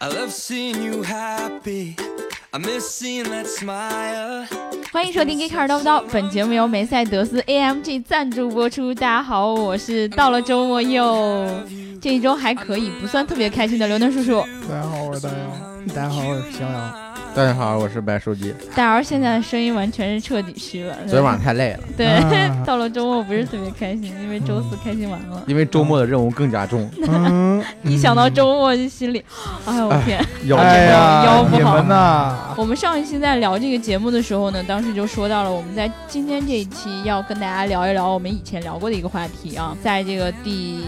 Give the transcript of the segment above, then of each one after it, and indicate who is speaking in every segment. Speaker 1: I love seeing you happy. I miss seeing that smile.
Speaker 2: 欢迎收听《Geek 叨不叨》，本节目由梅赛德斯 AMG 赞助播出。大家好，我是到了周末 又这一周还可以，不算特别开心的刘能叔叔。
Speaker 3: 大家好，我是大姚。大家好，我是逍遥。
Speaker 4: 大家好，我是白书记。
Speaker 2: 大姚现在的声音完全是彻底虚了。
Speaker 4: 昨天晚上太累了，
Speaker 2: 对，
Speaker 3: 啊
Speaker 2: 到了周末不是特别开心，因为周四开心完了，
Speaker 4: 因为周末的任务更加 重。
Speaker 3: 嗯，
Speaker 2: 一想到周末就心里， 哎呦我天！
Speaker 4: 要啊
Speaker 3: 哎
Speaker 2: 腰
Speaker 3: 呀，
Speaker 2: 不好
Speaker 3: 你们 呐，
Speaker 2: 我们上一期在聊这个节目的时候呢，当时就说到了，我们在今天这一期要跟大家聊一聊我们以前聊过的一个话题啊，在这个第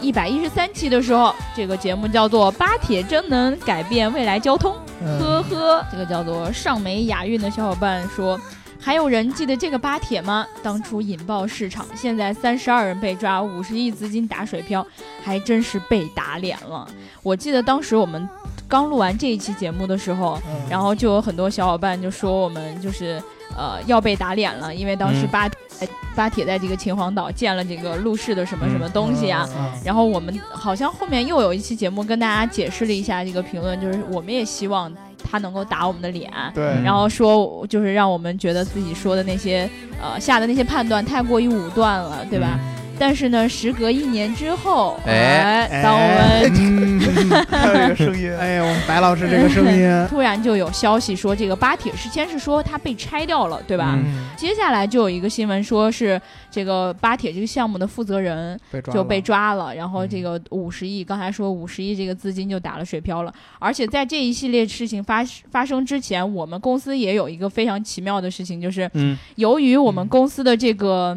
Speaker 2: 一百一十三期的时候，这个节目叫做《巴铁真能改变未来交通》，
Speaker 3: 嗯，
Speaker 2: 呵呵，这个叫做上美雅韵的小伙伴说。还有人记得这个巴铁吗？当初引爆市场，现在三十二人被抓，五十亿资金打水漂，还真是被打脸了。我记得当时我们刚录完这一期节目的时候，
Speaker 3: 嗯
Speaker 2: 然后就有很多小伙伴就说我们就是呃要被打脸了，因为当时
Speaker 4: 嗯
Speaker 2: 巴、呃巴铁在这个秦皇岛建了这个陆氏的什么什么东西啊。
Speaker 3: 嗯
Speaker 2: 然后我们好像后面又有一期节目跟大家解释了一下这个评论，就是我们也希望他能够打我们的脸，
Speaker 3: 对，
Speaker 2: 嗯然后说就是让我们觉得自己说的那些呃下的那些判断太过于武断了，对吧？但是呢，时隔一年之后，
Speaker 4: 哎
Speaker 2: 哎当我们
Speaker 3: 嗯，
Speaker 5: 这个声音，
Speaker 3: 哎呀，我们白老师这个声音，
Speaker 2: 突然就有消息说，这个巴铁是先是说它被拆掉了，对吧？
Speaker 3: 嗯，
Speaker 2: 接下来就有一个新闻说是这个巴铁这个项目的负责人
Speaker 3: 被抓
Speaker 2: 就
Speaker 3: 了嗯
Speaker 2: 被抓了，然后这个五十亿，刚才说五十亿这个资金就打了水漂了。而且在这一系列事情发发生之前，我们公司也有一个非常奇妙的事情，就是
Speaker 4: 嗯，
Speaker 2: 由于我们公司的这个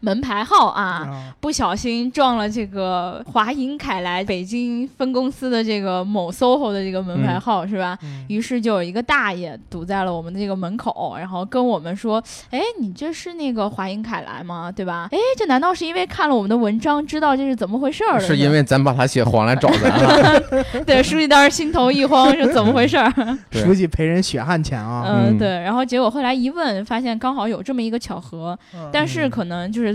Speaker 2: 门牌号啊。
Speaker 3: 啊，
Speaker 2: 不小心撞了这个华银凯莱北京分公司的这个某 SOHO 的这个门牌号、是吧？
Speaker 3: 嗯
Speaker 2: 于是就有一个大爷堵在了我们的这个门口，然后跟我们说：“哎，你这是那个华银凯莱吗？对吧？哎，这难道是因为看了我们的文章知道这是怎么回事儿了？
Speaker 4: 是因为咱把他写黄来找咱了。
Speaker 2: 对书记当时心头一慌，是怎么回事儿？
Speaker 4: 对
Speaker 3: 书记赔人血汗钱啊，
Speaker 2: 嗯，
Speaker 4: 嗯
Speaker 2: 对。然后结果后来一问，发现刚好有这么一个巧合，嗯
Speaker 3: 嗯
Speaker 2: 但
Speaker 4: 嗯
Speaker 2: 是可能就是。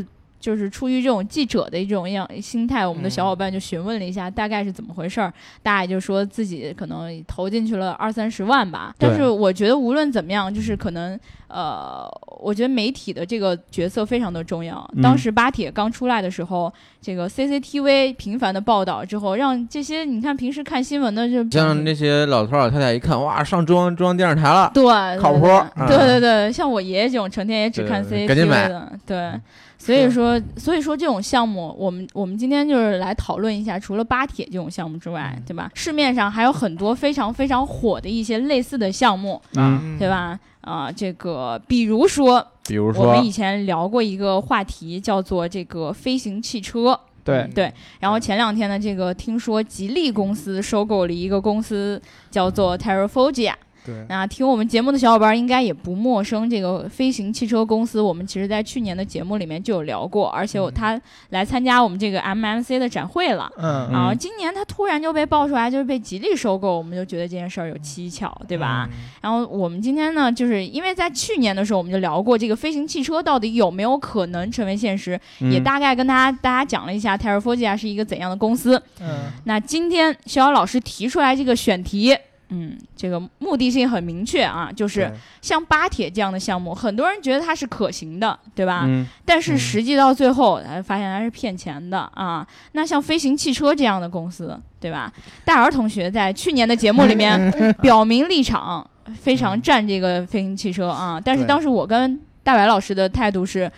Speaker 2: 就是出于这种记者的一种样心态，我们的小伙伴就询问了一下大概是怎么回事儿，大爷就说自己可能投进去了二三十万吧。
Speaker 4: 对
Speaker 2: 但是我觉得无论怎么样，就是可能呃，我觉得媒体的这个角色非常的重要。
Speaker 4: 嗯
Speaker 2: 当时巴铁刚出来的时候，这个 CCTV 频繁的报道之后，让这些你看平时看新闻的就嗯
Speaker 4: 像那些老头老太太一看，哇，上中央中央电视台了，
Speaker 2: 对，
Speaker 4: 靠谱
Speaker 2: 对
Speaker 4: 嗯
Speaker 2: 对对对，像我爷爷这种成天也只
Speaker 4: 对
Speaker 2: 看
Speaker 4: 对
Speaker 2: CCTV
Speaker 4: 赶紧买嗯
Speaker 2: 的，对。所以说，所以说这种项目，我们我们今天就是来讨论一下，除了巴铁这种项目之外，
Speaker 4: 嗯
Speaker 2: 对吧？市面上还有很多非常非常火的一些类似的项目，
Speaker 4: 嗯，
Speaker 2: 对？吧？啊、这个比如说，
Speaker 4: 比如
Speaker 2: 我
Speaker 4: 说
Speaker 2: 们以前聊过一个话题，叫做这个飞行汽车，
Speaker 5: 对
Speaker 2: 嗯
Speaker 4: 嗯
Speaker 2: 对，然后前两天呢，这个听说吉利公司收购了一个公司，叫做 Terraforgia。
Speaker 3: 对
Speaker 2: 那听我们节目的小伙伴应该也不陌生，这个飞行汽车公司，我们其实在去年的节目里面就有聊过，而且有他来参加我们这个 MMC 的展会了。
Speaker 3: 嗯，
Speaker 4: 嗯
Speaker 2: 然后今年他突然就被爆出来，就是被吉利收购，我们就觉得这件事儿有蹊跷，对
Speaker 3: 嗯
Speaker 2: 吧？然后我们今天呢，就是因为在去年的时候我们就聊过这个飞行汽车到底有没有可能成为现实，
Speaker 4: 嗯
Speaker 6: 嗯
Speaker 2: 也大概跟大家大家讲了一下 Terraforgia 是一个怎样的公司。
Speaker 3: 嗯，
Speaker 2: 那今天逍遥老师提出来这个选题，嗯，这个目的性很明确啊，就是
Speaker 3: 对
Speaker 2: 像巴铁这样的项目，很多人觉得它是可行的，对吧？
Speaker 4: 嗯，
Speaker 2: 但是
Speaker 3: 嗯
Speaker 2: 实际到最后，呃发现它是骗钱的啊。那像飞行汽车这样的公司，对吧？大姚同学在去年的节目里 面表明立场，非常站这个飞行汽车啊。但是
Speaker 3: 嗯对
Speaker 2: 当时我跟大白老师的态度是，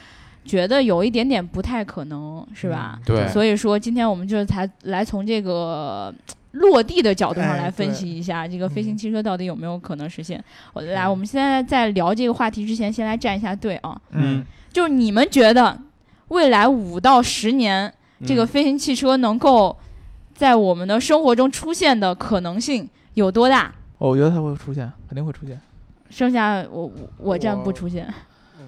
Speaker 2: 觉得有一点点不太可能，是
Speaker 3: 嗯
Speaker 2: 吧？
Speaker 4: 对，
Speaker 2: 所以说，今天我们就是才来从这个呃落地的角度上
Speaker 3: 哎
Speaker 2: 来分
Speaker 3: 对
Speaker 2: 析一下这个飞行
Speaker 3: 嗯
Speaker 2: 汽车到底有没有可能实现。我来，
Speaker 4: 嗯
Speaker 2: 我们现在在聊这个话题之前，先来站一下队啊，
Speaker 4: 嗯，
Speaker 2: 就是你们觉得未来五到十年，
Speaker 4: 嗯
Speaker 2: 这个飞行汽车能够在我们的生活中出现的可能性有多大？
Speaker 5: 哦，我觉得它会出现，肯定会出现。
Speaker 2: 剩下我我我站不出现，
Speaker 3: 嗯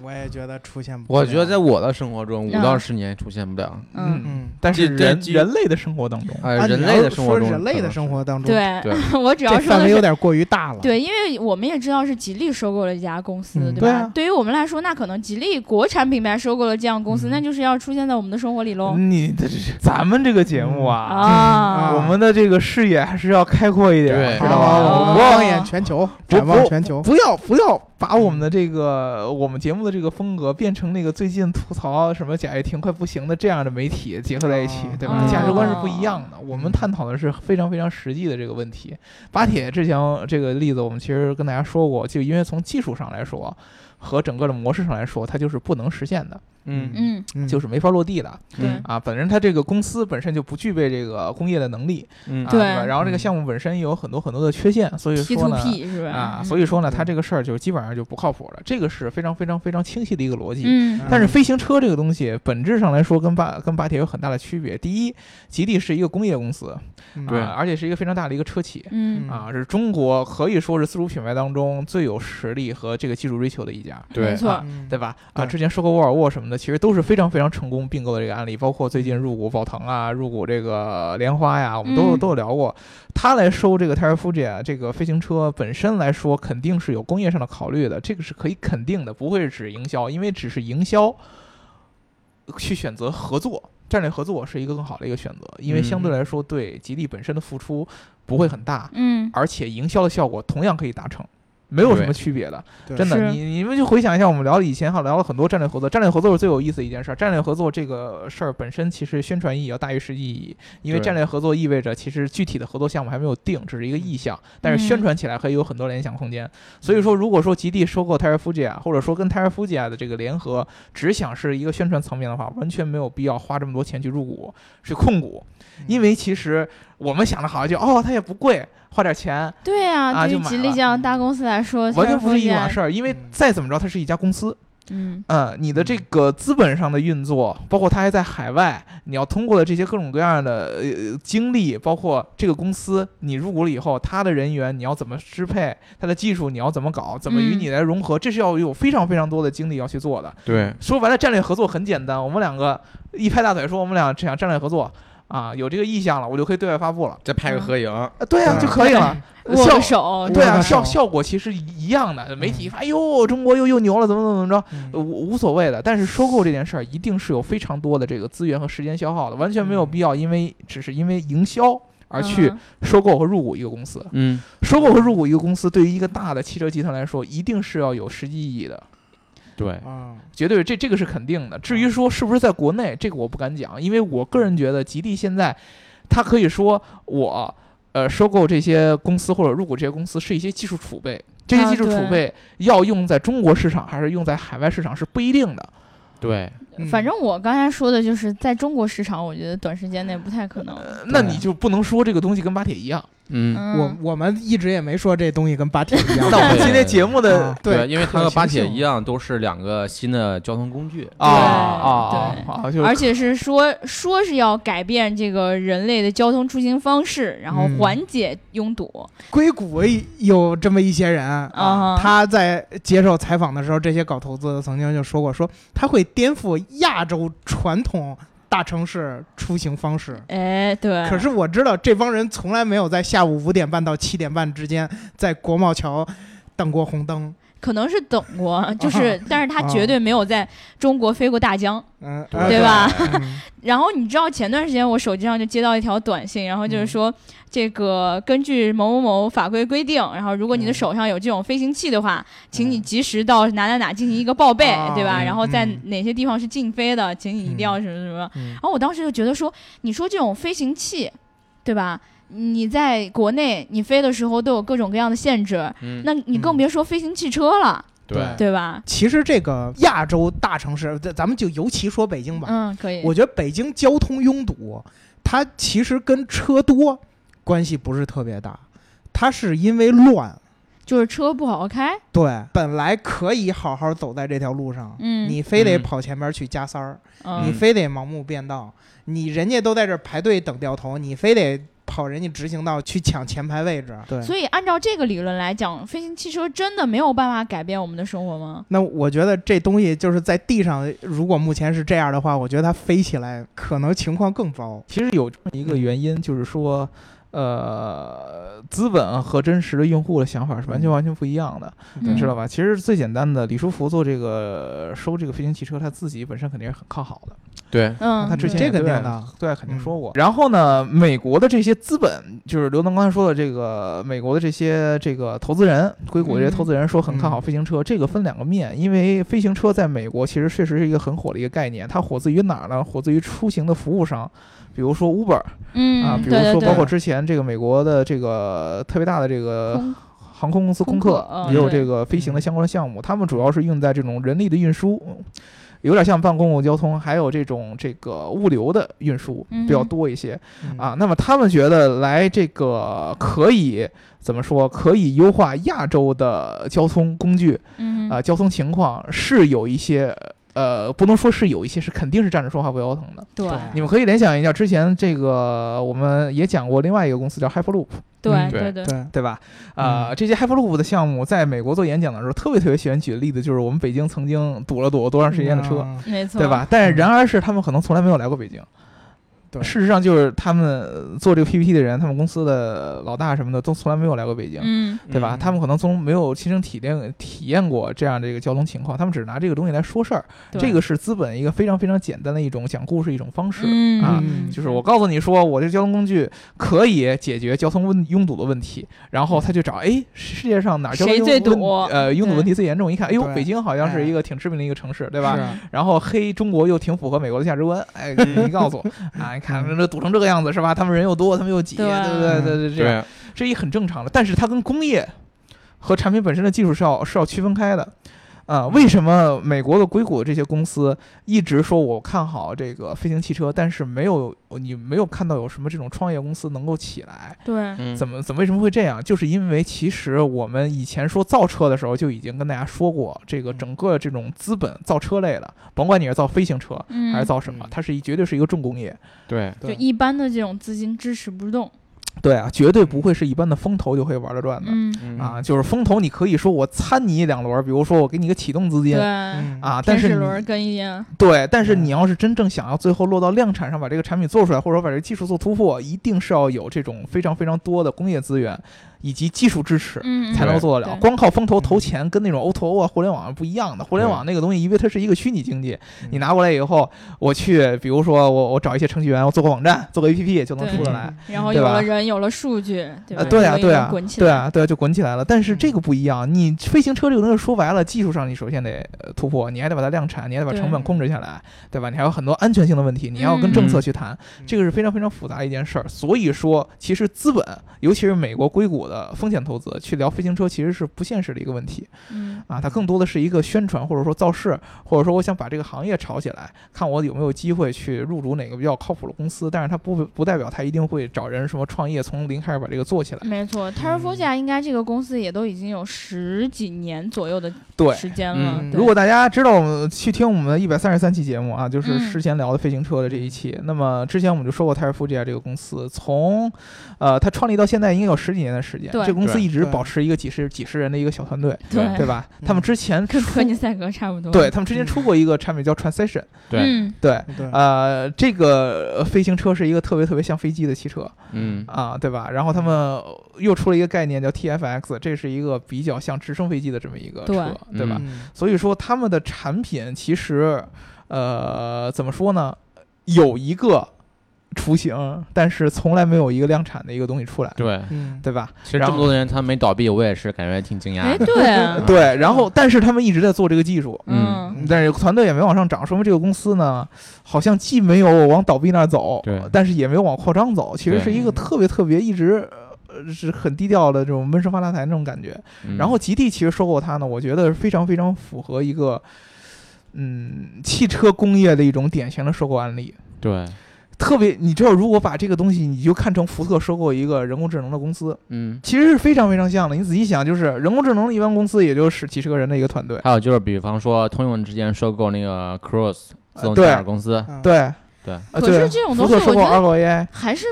Speaker 3: 我也觉得出现不了。
Speaker 4: 我觉得在我的生活中，五
Speaker 2: 嗯
Speaker 4: 到十年出现不了。
Speaker 2: 嗯，
Speaker 3: 嗯，
Speaker 5: 但是
Speaker 4: 这这
Speaker 5: 人
Speaker 4: 几
Speaker 5: 人类的生活当中，
Speaker 4: 哎，
Speaker 3: 啊
Speaker 4: 人
Speaker 3: 你要
Speaker 4: 类的生活中，
Speaker 3: 说人类的生活当中，
Speaker 2: 对
Speaker 4: 对
Speaker 2: 我主要
Speaker 3: 这
Speaker 2: 说
Speaker 3: 范
Speaker 2: 的
Speaker 3: 围有
Speaker 2: 是。
Speaker 3: 点过于大了。
Speaker 2: 对，因为我们也知道是吉利收购了这家公司，
Speaker 3: 嗯
Speaker 2: 对吧？
Speaker 5: 对啊
Speaker 2: 于我们来说，那可能吉利国产品牌收购了这样公司，
Speaker 3: 嗯
Speaker 2: 那就是要出现在我们的生活里喽。
Speaker 5: 你这是咱们这个节目嗯啊，
Speaker 2: 啊，
Speaker 5: 我们的这个视野还是要开阔一点，
Speaker 4: 对
Speaker 5: 知道吗？
Speaker 3: 好
Speaker 5: 我
Speaker 3: 我
Speaker 5: 们
Speaker 3: 们
Speaker 5: 不
Speaker 3: 放
Speaker 5: 要
Speaker 3: 眼全球，展望全球。
Speaker 5: 不要不要把我们的这个我们节目的这个风格变成那个最近吐槽什么贾跃亭快不行的这样的媒体结合在一起
Speaker 3: 啊，
Speaker 5: 对吧？
Speaker 2: 嗯
Speaker 5: 价值观是不一样的。我们探讨的是非常非常实际的这个问题。巴铁之前这个例子，我们其实跟大家说过，就因为从技术上来说和整个的模式上来说，它就是不能实现的，
Speaker 4: 嗯
Speaker 2: 嗯，
Speaker 3: 嗯
Speaker 5: 就是没法落地的
Speaker 2: 对，
Speaker 4: 嗯
Speaker 5: 啊。本身它这个公司本身就不具备这个工业的能力，
Speaker 4: 嗯
Speaker 5: 啊，
Speaker 2: 对
Speaker 5: 吧？然后这个项目本身也有很多很多的缺陷，所以
Speaker 2: P to
Speaker 5: 说呢。
Speaker 2: P 是吧？
Speaker 5: 啊，
Speaker 2: 嗯
Speaker 5: 所以说呢，它这个事儿就基本上就不靠谱了，这个是非常非常非常清晰的一个逻辑。
Speaker 2: 嗯
Speaker 5: 但是飞行车这个东西本质上来说跟巴跟巴铁有很大的区别。第一，吉利是一个工业公司，
Speaker 3: 嗯
Speaker 4: 对
Speaker 5: 啊，而且是一个非常大的一个车企。
Speaker 2: 嗯
Speaker 5: 啊，是中国可以说是自主品牌当中最有实力和这个技术追求的一家，
Speaker 4: 对
Speaker 2: 没错
Speaker 3: 啊，嗯
Speaker 5: 对吧？啊，
Speaker 3: 对
Speaker 5: 之前收购沃尔沃什么的，其实都是非常非常成功并购的这个案例，包括最近入股宝腾啊，入股这个莲花呀，我们都、
Speaker 2: 嗯
Speaker 5: 都有聊过。他来收这个 Terra Fuji 这个飞行车本身来说，肯定是有工业上的考虑的，这个是可以肯定的，不会是只营销，因为只是营销去选择合作。战略合作是一个更好的一个选择，因为相对来说对吉利本身的付出不会很大，
Speaker 2: 嗯
Speaker 5: 而且营销的效果同样可以达成，没有什么
Speaker 4: 对
Speaker 5: 区别的。
Speaker 3: 对
Speaker 5: 真的，
Speaker 2: 是
Speaker 5: 你你们就回想一下，我们聊以前哈聊了很多战略合作，战略合作是最有意思的一件事儿。战略合作这个事儿本身其实宣传意义要大于实际意义，因为
Speaker 4: 对
Speaker 5: 战略合作意味着其实具体的合作项目还没有定，只是一个意向，
Speaker 2: 嗯
Speaker 5: 但是宣传起来可以有很多联想空间。所以说，如果说极地收购 Terra Fuji 啊，或者说跟 Terra Fuji 啊的这个联合，只想是一个宣传层面的话，完全没有必要花这么多钱去入股、去控股，
Speaker 3: 嗯
Speaker 5: 因为其实我们想的好像就哦，它也不贵，花点钱，
Speaker 2: 对啊，
Speaker 5: 啊
Speaker 2: 对于
Speaker 5: 就买
Speaker 2: 吉利
Speaker 5: 了
Speaker 2: 这样大公司来说，
Speaker 5: 完全不是一码
Speaker 2: 码
Speaker 5: 事儿。因为
Speaker 3: 嗯
Speaker 5: 再怎么着，它是一家公司。
Speaker 2: 嗯
Speaker 5: 嗯，你的这个资本上的运作，包括它还在海外，你要通过的这些各种各样的呃经历，包括这个公司你入股了以后，它的人员你要怎么支配，它的技术你要怎么搞，怎么与
Speaker 2: 嗯
Speaker 5: 你来融合，这是要有非常非常多的精力要去做的。
Speaker 2: 嗯
Speaker 4: 对，
Speaker 5: 说白了，战略合作很简单，我们两个一拍大腿说我们俩想战略合作啊，有这个意向了，我就可以对外发布了。
Speaker 4: 再拍个合影，
Speaker 5: 啊，对呀、
Speaker 3: 对
Speaker 5: 就可以了。
Speaker 2: 握
Speaker 5: 呃效
Speaker 2: 个手，嗯
Speaker 5: 对
Speaker 3: 握
Speaker 5: 啊，
Speaker 3: 个手
Speaker 5: 效效果其实一样的。媒体一发，哎呦，中国又又牛了，怎么怎么怎么着。
Speaker 3: 嗯
Speaker 5: 呃无无所谓的，但是收购这件事儿一定是有非常多的这个资源和时间消耗的，完全没有必要因为只是因为营销而去
Speaker 2: 嗯
Speaker 5: 收购和入股一个公司。
Speaker 4: 嗯，
Speaker 5: 收购和入股一个公司，对于一个大的汽车集团来说，一定是要有实际意义的，
Speaker 4: 对，
Speaker 3: 啊，
Speaker 5: 绝对这这个是肯定的。至于说是不是在国内，这个我不敢讲，因为我个人觉得吉利现在，它可以说我呃收购这些公司或者入股这些公司是一些技术储备。这些
Speaker 2: 啊
Speaker 5: 技术储
Speaker 2: 对
Speaker 5: 备要用在中国市场还是用在海外市场是不一定的，
Speaker 4: 对，
Speaker 3: 嗯
Speaker 2: 反正我刚才说的就是在中国市场，我觉得短时间内不太可能。
Speaker 5: 那
Speaker 4: 对
Speaker 5: 你就不能说这个东西跟巴铁一样。
Speaker 4: 嗯，
Speaker 2: 嗯，
Speaker 3: 我我们一直也没说这东西跟巴铁一样。
Speaker 5: 那我们
Speaker 4: 对
Speaker 5: 今天节目的
Speaker 3: 啊对，
Speaker 4: 嗯因为它和
Speaker 3: 可行
Speaker 4: 巴铁
Speaker 3: 性
Speaker 4: 一样，都是两个新的交通工具。
Speaker 5: 啊啊
Speaker 2: 对
Speaker 5: 啊，就
Speaker 2: 而
Speaker 5: 是
Speaker 2: 且是说说是要改变这个人类的交通出行方式，然后
Speaker 3: 嗯
Speaker 2: 缓解拥堵。
Speaker 3: 硅谷有这么一些人
Speaker 2: 啊哈
Speaker 3: 他在接受采访的时候，这些搞投资的曾经就说过，说他会颠覆亚洲传统大城市出行方式。
Speaker 2: 哎，对，
Speaker 3: 可是我知道这帮人从来没有在下午五点半到七点半之间在国贸桥等过红灯。
Speaker 2: 可能是等 过，就是，但是他绝对没有在中国飞过大江。
Speaker 3: 嗯，
Speaker 4: 对
Speaker 3: 啊
Speaker 2: 对吧？
Speaker 3: 嗯
Speaker 2: 然后你知道前段时间我手机上就接到一条短信，然后就是
Speaker 3: 嗯
Speaker 2: 说，这个根据某某某法规规定，然后如果你的
Speaker 3: 嗯
Speaker 2: 手上有这种飞行器的话，请你
Speaker 3: 嗯
Speaker 2: 及时到哪哪哪进行一个报备，
Speaker 3: 啊
Speaker 2: 对吧？
Speaker 4: 嗯
Speaker 2: 然后在
Speaker 3: 嗯
Speaker 2: 哪些地方是禁飞的，请你一定要什么什么。
Speaker 3: 嗯
Speaker 2: 然后我当时就觉得说，你说这种飞行器，对吧？你在国内你飞的时候都有各种各样的限制，
Speaker 4: 嗯，
Speaker 2: 那你更
Speaker 3: 嗯哎
Speaker 2: 别说飞行汽车了，
Speaker 4: 对，
Speaker 2: 对吧？
Speaker 3: 其实这个亚洲大城市，咱咱们就尤其说北京吧，
Speaker 2: 嗯，可以。
Speaker 3: 我觉得北京交通拥堵，它其实跟车多关系不是特别大，它是因为乱。
Speaker 2: 就是车不好好开，
Speaker 3: 对，本来可以好好走在这条路上，
Speaker 2: 嗯
Speaker 3: 你非得
Speaker 4: 嗯
Speaker 3: 跑前边去加塞儿，
Speaker 2: 嗯
Speaker 3: 你非得盲目变道，你人家都在这儿排队等掉头，你非得。好人家执行到去抢前排位置。
Speaker 5: 对
Speaker 2: 所以按照这个理论来讲，飞行汽车真的没有办法改变我们的生活吗？
Speaker 3: 那我觉得这东西就是在地上，如果目前是这样的话，我觉得它飞起来可能情况更糟。
Speaker 5: 其实有这么一个原因，就是说，呃，资本和真实的用户的想法是完全完全不一样的，
Speaker 2: 嗯
Speaker 5: 知道吧？其实最简单的，李书福做这个收这个飞行汽车，他自己本身肯定是很看好的，
Speaker 4: 对，
Speaker 2: 嗯，
Speaker 5: 他之前也
Speaker 3: 这肯定
Speaker 5: 对
Speaker 3: 的
Speaker 5: 对肯
Speaker 3: 嗯
Speaker 5: 定说过。然后呢，美国的这些资本，就是刘能刚才说的这个美国的这些这个投资人，硅谷的这些投资人说很看好飞行车，这个分两个面，因为飞行车在美国其实确实是一个很火的一个概念，它火自于哪儿呢？火自于出行的服务商，比如说 Uber。
Speaker 2: 嗯
Speaker 5: 啊，比如
Speaker 2: 对对
Speaker 5: 说
Speaker 2: 对
Speaker 5: 包括之前这个美国的这个特别大的这个
Speaker 2: 空
Speaker 5: 航空公司
Speaker 2: 空
Speaker 5: 空
Speaker 2: 客
Speaker 5: 客，
Speaker 2: 嗯
Speaker 5: 也有
Speaker 2: 对
Speaker 5: 这个飞行的相关的项目，他们主要是用在这种人力的运输。有点像办公共交通，还有这种这个物流的运输比较
Speaker 2: 嗯
Speaker 5: 多一些、
Speaker 3: 嗯
Speaker 5: 啊。那么他们觉得来这个可以怎么说？可以优化亚洲的交通工具
Speaker 2: 嗯
Speaker 5: 啊、交通情况是有一些呃，不能说是有一些是肯定是站着说话不腰疼的。
Speaker 2: 对
Speaker 5: 你们可以联想一下，之前这个我们也讲过另外一个公司叫 Hyperloop，
Speaker 2: 对
Speaker 3: 嗯
Speaker 2: 对
Speaker 4: 对
Speaker 2: 对，
Speaker 3: 对，
Speaker 5: 对吧？
Speaker 2: 嗯
Speaker 5: 啊、这些 Hyperloop 的项目在美国做演讲的时候，特别特别喜欢举的例子，就是我们北京曾经堵了堵多长时间的车，
Speaker 3: 嗯
Speaker 2: 没错，
Speaker 5: 对？吧？但是然而是他们可能从来没有来过北京。
Speaker 3: 对
Speaker 5: 事实上就是他们做这个 PPT 的人，他们公司的老大什么的都从来没有来过北京。
Speaker 2: 嗯
Speaker 5: 对吧？
Speaker 3: 嗯
Speaker 5: 他们可能从没有亲身体验体验过这样的一个交通情况，他们只是拿这个东西来说事儿。
Speaker 2: 对
Speaker 5: 这个是资本一个非常非常简单的一种讲故事一种方式。
Speaker 2: 嗯
Speaker 5: 啊
Speaker 2: 嗯
Speaker 5: 就是我告诉你说，我这交通工具可以解决交通问拥堵的问题，然后他就找，哎，世界上哪儿交通
Speaker 2: 谁
Speaker 5: 拥
Speaker 2: 最
Speaker 5: 问
Speaker 2: 堵
Speaker 5: 呃，拥堵问
Speaker 2: 对
Speaker 5: 题最严重？一看，哎呦，
Speaker 3: 对
Speaker 5: 北京好像是
Speaker 3: 哎
Speaker 5: 一个挺知名的一个城市，对
Speaker 3: 对
Speaker 5: 吧？
Speaker 3: 吧？
Speaker 5: 然后黑中国又挺符合美国的价值观，哎，
Speaker 1: 嗯
Speaker 5: 你告诉我啊，你看
Speaker 3: 嗯
Speaker 5: 这堵成这个样子是吧？他们人又多，他们又挤，
Speaker 2: 对
Speaker 5: 对
Speaker 2: 啊
Speaker 5: 不对？对对，这样
Speaker 4: 对，
Speaker 5: 这也很正常的。但是它跟工业和产品本身的技术是要是要区分开的。啊、为什么美国的硅谷的这些公司一直说我看好这个飞行汽车，但是没有你没有看到有什么这种创业公司能够起来？
Speaker 2: 对
Speaker 4: 嗯
Speaker 5: 怎么怎么为什么会这样？就是因为其实我们以前说造车的时候就已经跟大家说过，这个整个这种资本造车类的，甭管你是造飞行车
Speaker 2: 嗯
Speaker 5: 还是造什么
Speaker 3: 嗯，
Speaker 5: 它是一绝对是一个重工业。
Speaker 4: 对，
Speaker 2: 就一般的这种资金支持不动，
Speaker 5: 对啊，绝对不会是一般的风投就可以玩得转的。
Speaker 2: 嗯，
Speaker 4: 嗯
Speaker 5: 啊，就是风投，你可以说我参你一两轮儿，比如说我给你个启动资金
Speaker 2: 对，
Speaker 3: 嗯
Speaker 5: 啊，但
Speaker 2: 天使
Speaker 5: 是你
Speaker 2: 轮跟一样，
Speaker 5: 对，但是
Speaker 3: 嗯
Speaker 5: 你要是真正想要最后落到量产上，把这个产品做出来，或者把这个技术做突破，一定是要有这种非常非常多的工业资源以及技术支持。
Speaker 2: 嗯，
Speaker 5: 才能做得了，
Speaker 2: 对
Speaker 5: 光靠风投投钱跟那种 O to O 啊、互联网不一样的。互联网那个东西，因为它是一个虚拟经济，
Speaker 3: 嗯
Speaker 5: 你拿过来以后，我去，比如说我我找一些程序员，我做个网站，做个 APP 就能
Speaker 2: 对
Speaker 5: 出得
Speaker 3: 嗯
Speaker 5: 来。
Speaker 2: 然后
Speaker 5: 对
Speaker 2: 有
Speaker 5: 吧
Speaker 2: 了人，有了数据，对吧？
Speaker 5: 啊，对啊，
Speaker 2: 一个一个
Speaker 5: 对啊，
Speaker 2: 滚起
Speaker 5: 对
Speaker 2: 来，
Speaker 5: 啊，对啊，就滚起来了。但是这
Speaker 3: 嗯
Speaker 5: 个不一样，你飞行车这个东西说白了，技术上你首先得呃突破，你还得把它量产，你还得把
Speaker 2: 对
Speaker 5: 成本控制下来，对吧？你还有很多安全性的问题，你要跟政策去谈，
Speaker 3: 嗯
Speaker 5: 这个是非常非常复杂的一件事儿。所以说，其实资本，尤其是美国硅谷的风险投资，去聊飞行车其实是不现实的一个问题
Speaker 2: 嗯
Speaker 5: 啊，它更多的是一个宣传或者说造势，或者说我想把这个行业炒起来，看我有没有机会去入主哪个比较靠谱的公司，但是它不不代表它一定会找人什么创业，从零开始把这个做起来。
Speaker 2: 没错 t e r r a f o r
Speaker 5: 嗯
Speaker 2: m 应该这个公司也都已经有十几年左右的
Speaker 5: 对，
Speaker 2: 时间了。
Speaker 3: 嗯
Speaker 2: 对
Speaker 5: 如果大家知道我们去听我们一百三十三期节目啊，就是
Speaker 2: 嗯
Speaker 5: 之前聊的飞行车的这一期，那么之前我们就说过泰尔夫这家这个公司，从呃它创立到现在应该有十几年的时间，
Speaker 2: 对
Speaker 5: 这公司
Speaker 4: 对
Speaker 5: 一直
Speaker 3: 对
Speaker 5: 保持一个几十几十人的一个小团队，
Speaker 2: 对
Speaker 5: 对吧？
Speaker 3: 嗯
Speaker 5: 他们之 前
Speaker 2: 跟
Speaker 5: 出
Speaker 2: 科尼赛格差不多，
Speaker 5: 对，他们之前出过一个产品叫 Transition，
Speaker 4: 对
Speaker 2: 嗯，
Speaker 5: 对。
Speaker 3: 对，
Speaker 5: 呃，这个呃飞行车是一个特别特别像飞机的汽车
Speaker 4: 嗯
Speaker 5: 啊，对吧？然后他们
Speaker 3: 嗯
Speaker 5: 又出了一个概念叫 TFX，这是一个比较像直升飞机的这么一个
Speaker 2: 对
Speaker 5: 车，对吧？
Speaker 3: 嗯
Speaker 5: 所以说他们的产品其实，呃，怎么说呢？有一个雏形，但是从来没有一个量产的一个东西出来，
Speaker 4: 对，
Speaker 3: 嗯，
Speaker 5: 对吧？
Speaker 4: 其实
Speaker 5: 然
Speaker 4: 这
Speaker 5: 后
Speaker 4: 么多年他没倒闭，我也是感觉挺惊
Speaker 2: 哎，
Speaker 4: 讶的。
Speaker 2: 对啊，
Speaker 5: 对，然后但是他们一直在做这个技术，
Speaker 4: 嗯
Speaker 2: 嗯，
Speaker 5: 但是团队也没往上涨，说明这个公司呢，好像既没有往倒闭那儿走
Speaker 4: 对，
Speaker 5: 但是也没有往扩张走，其实
Speaker 4: 对
Speaker 5: 是一个
Speaker 3: 嗯
Speaker 5: 特别特别一直。呃是很低调的这种闷声发大财那种感觉，
Speaker 4: 嗯
Speaker 5: 然后吉地其实收购它呢，我觉得非常非常符合一个，嗯，汽车工业的一种典型的收购案例。
Speaker 4: 对，
Speaker 5: 特别，你知道，如果把这个东西你就看成福特收购一个人工智能的公司，
Speaker 4: 嗯，
Speaker 5: 其实是非常非常像的。你仔细想，就是人工智能的一般公司也就是几十个人的一个团队，
Speaker 4: 还有就是，比方说通用之前收购那个 Cruise 自动
Speaker 5: 呃对
Speaker 4: 驾驶公司，
Speaker 3: 嗯，
Speaker 5: 对
Speaker 4: 对
Speaker 5: 呃
Speaker 2: 可是
Speaker 5: 对
Speaker 2: 这种
Speaker 5: 福
Speaker 2: 东西
Speaker 5: 特收购
Speaker 2: 我觉得
Speaker 5: Argo AI，
Speaker 2: 还是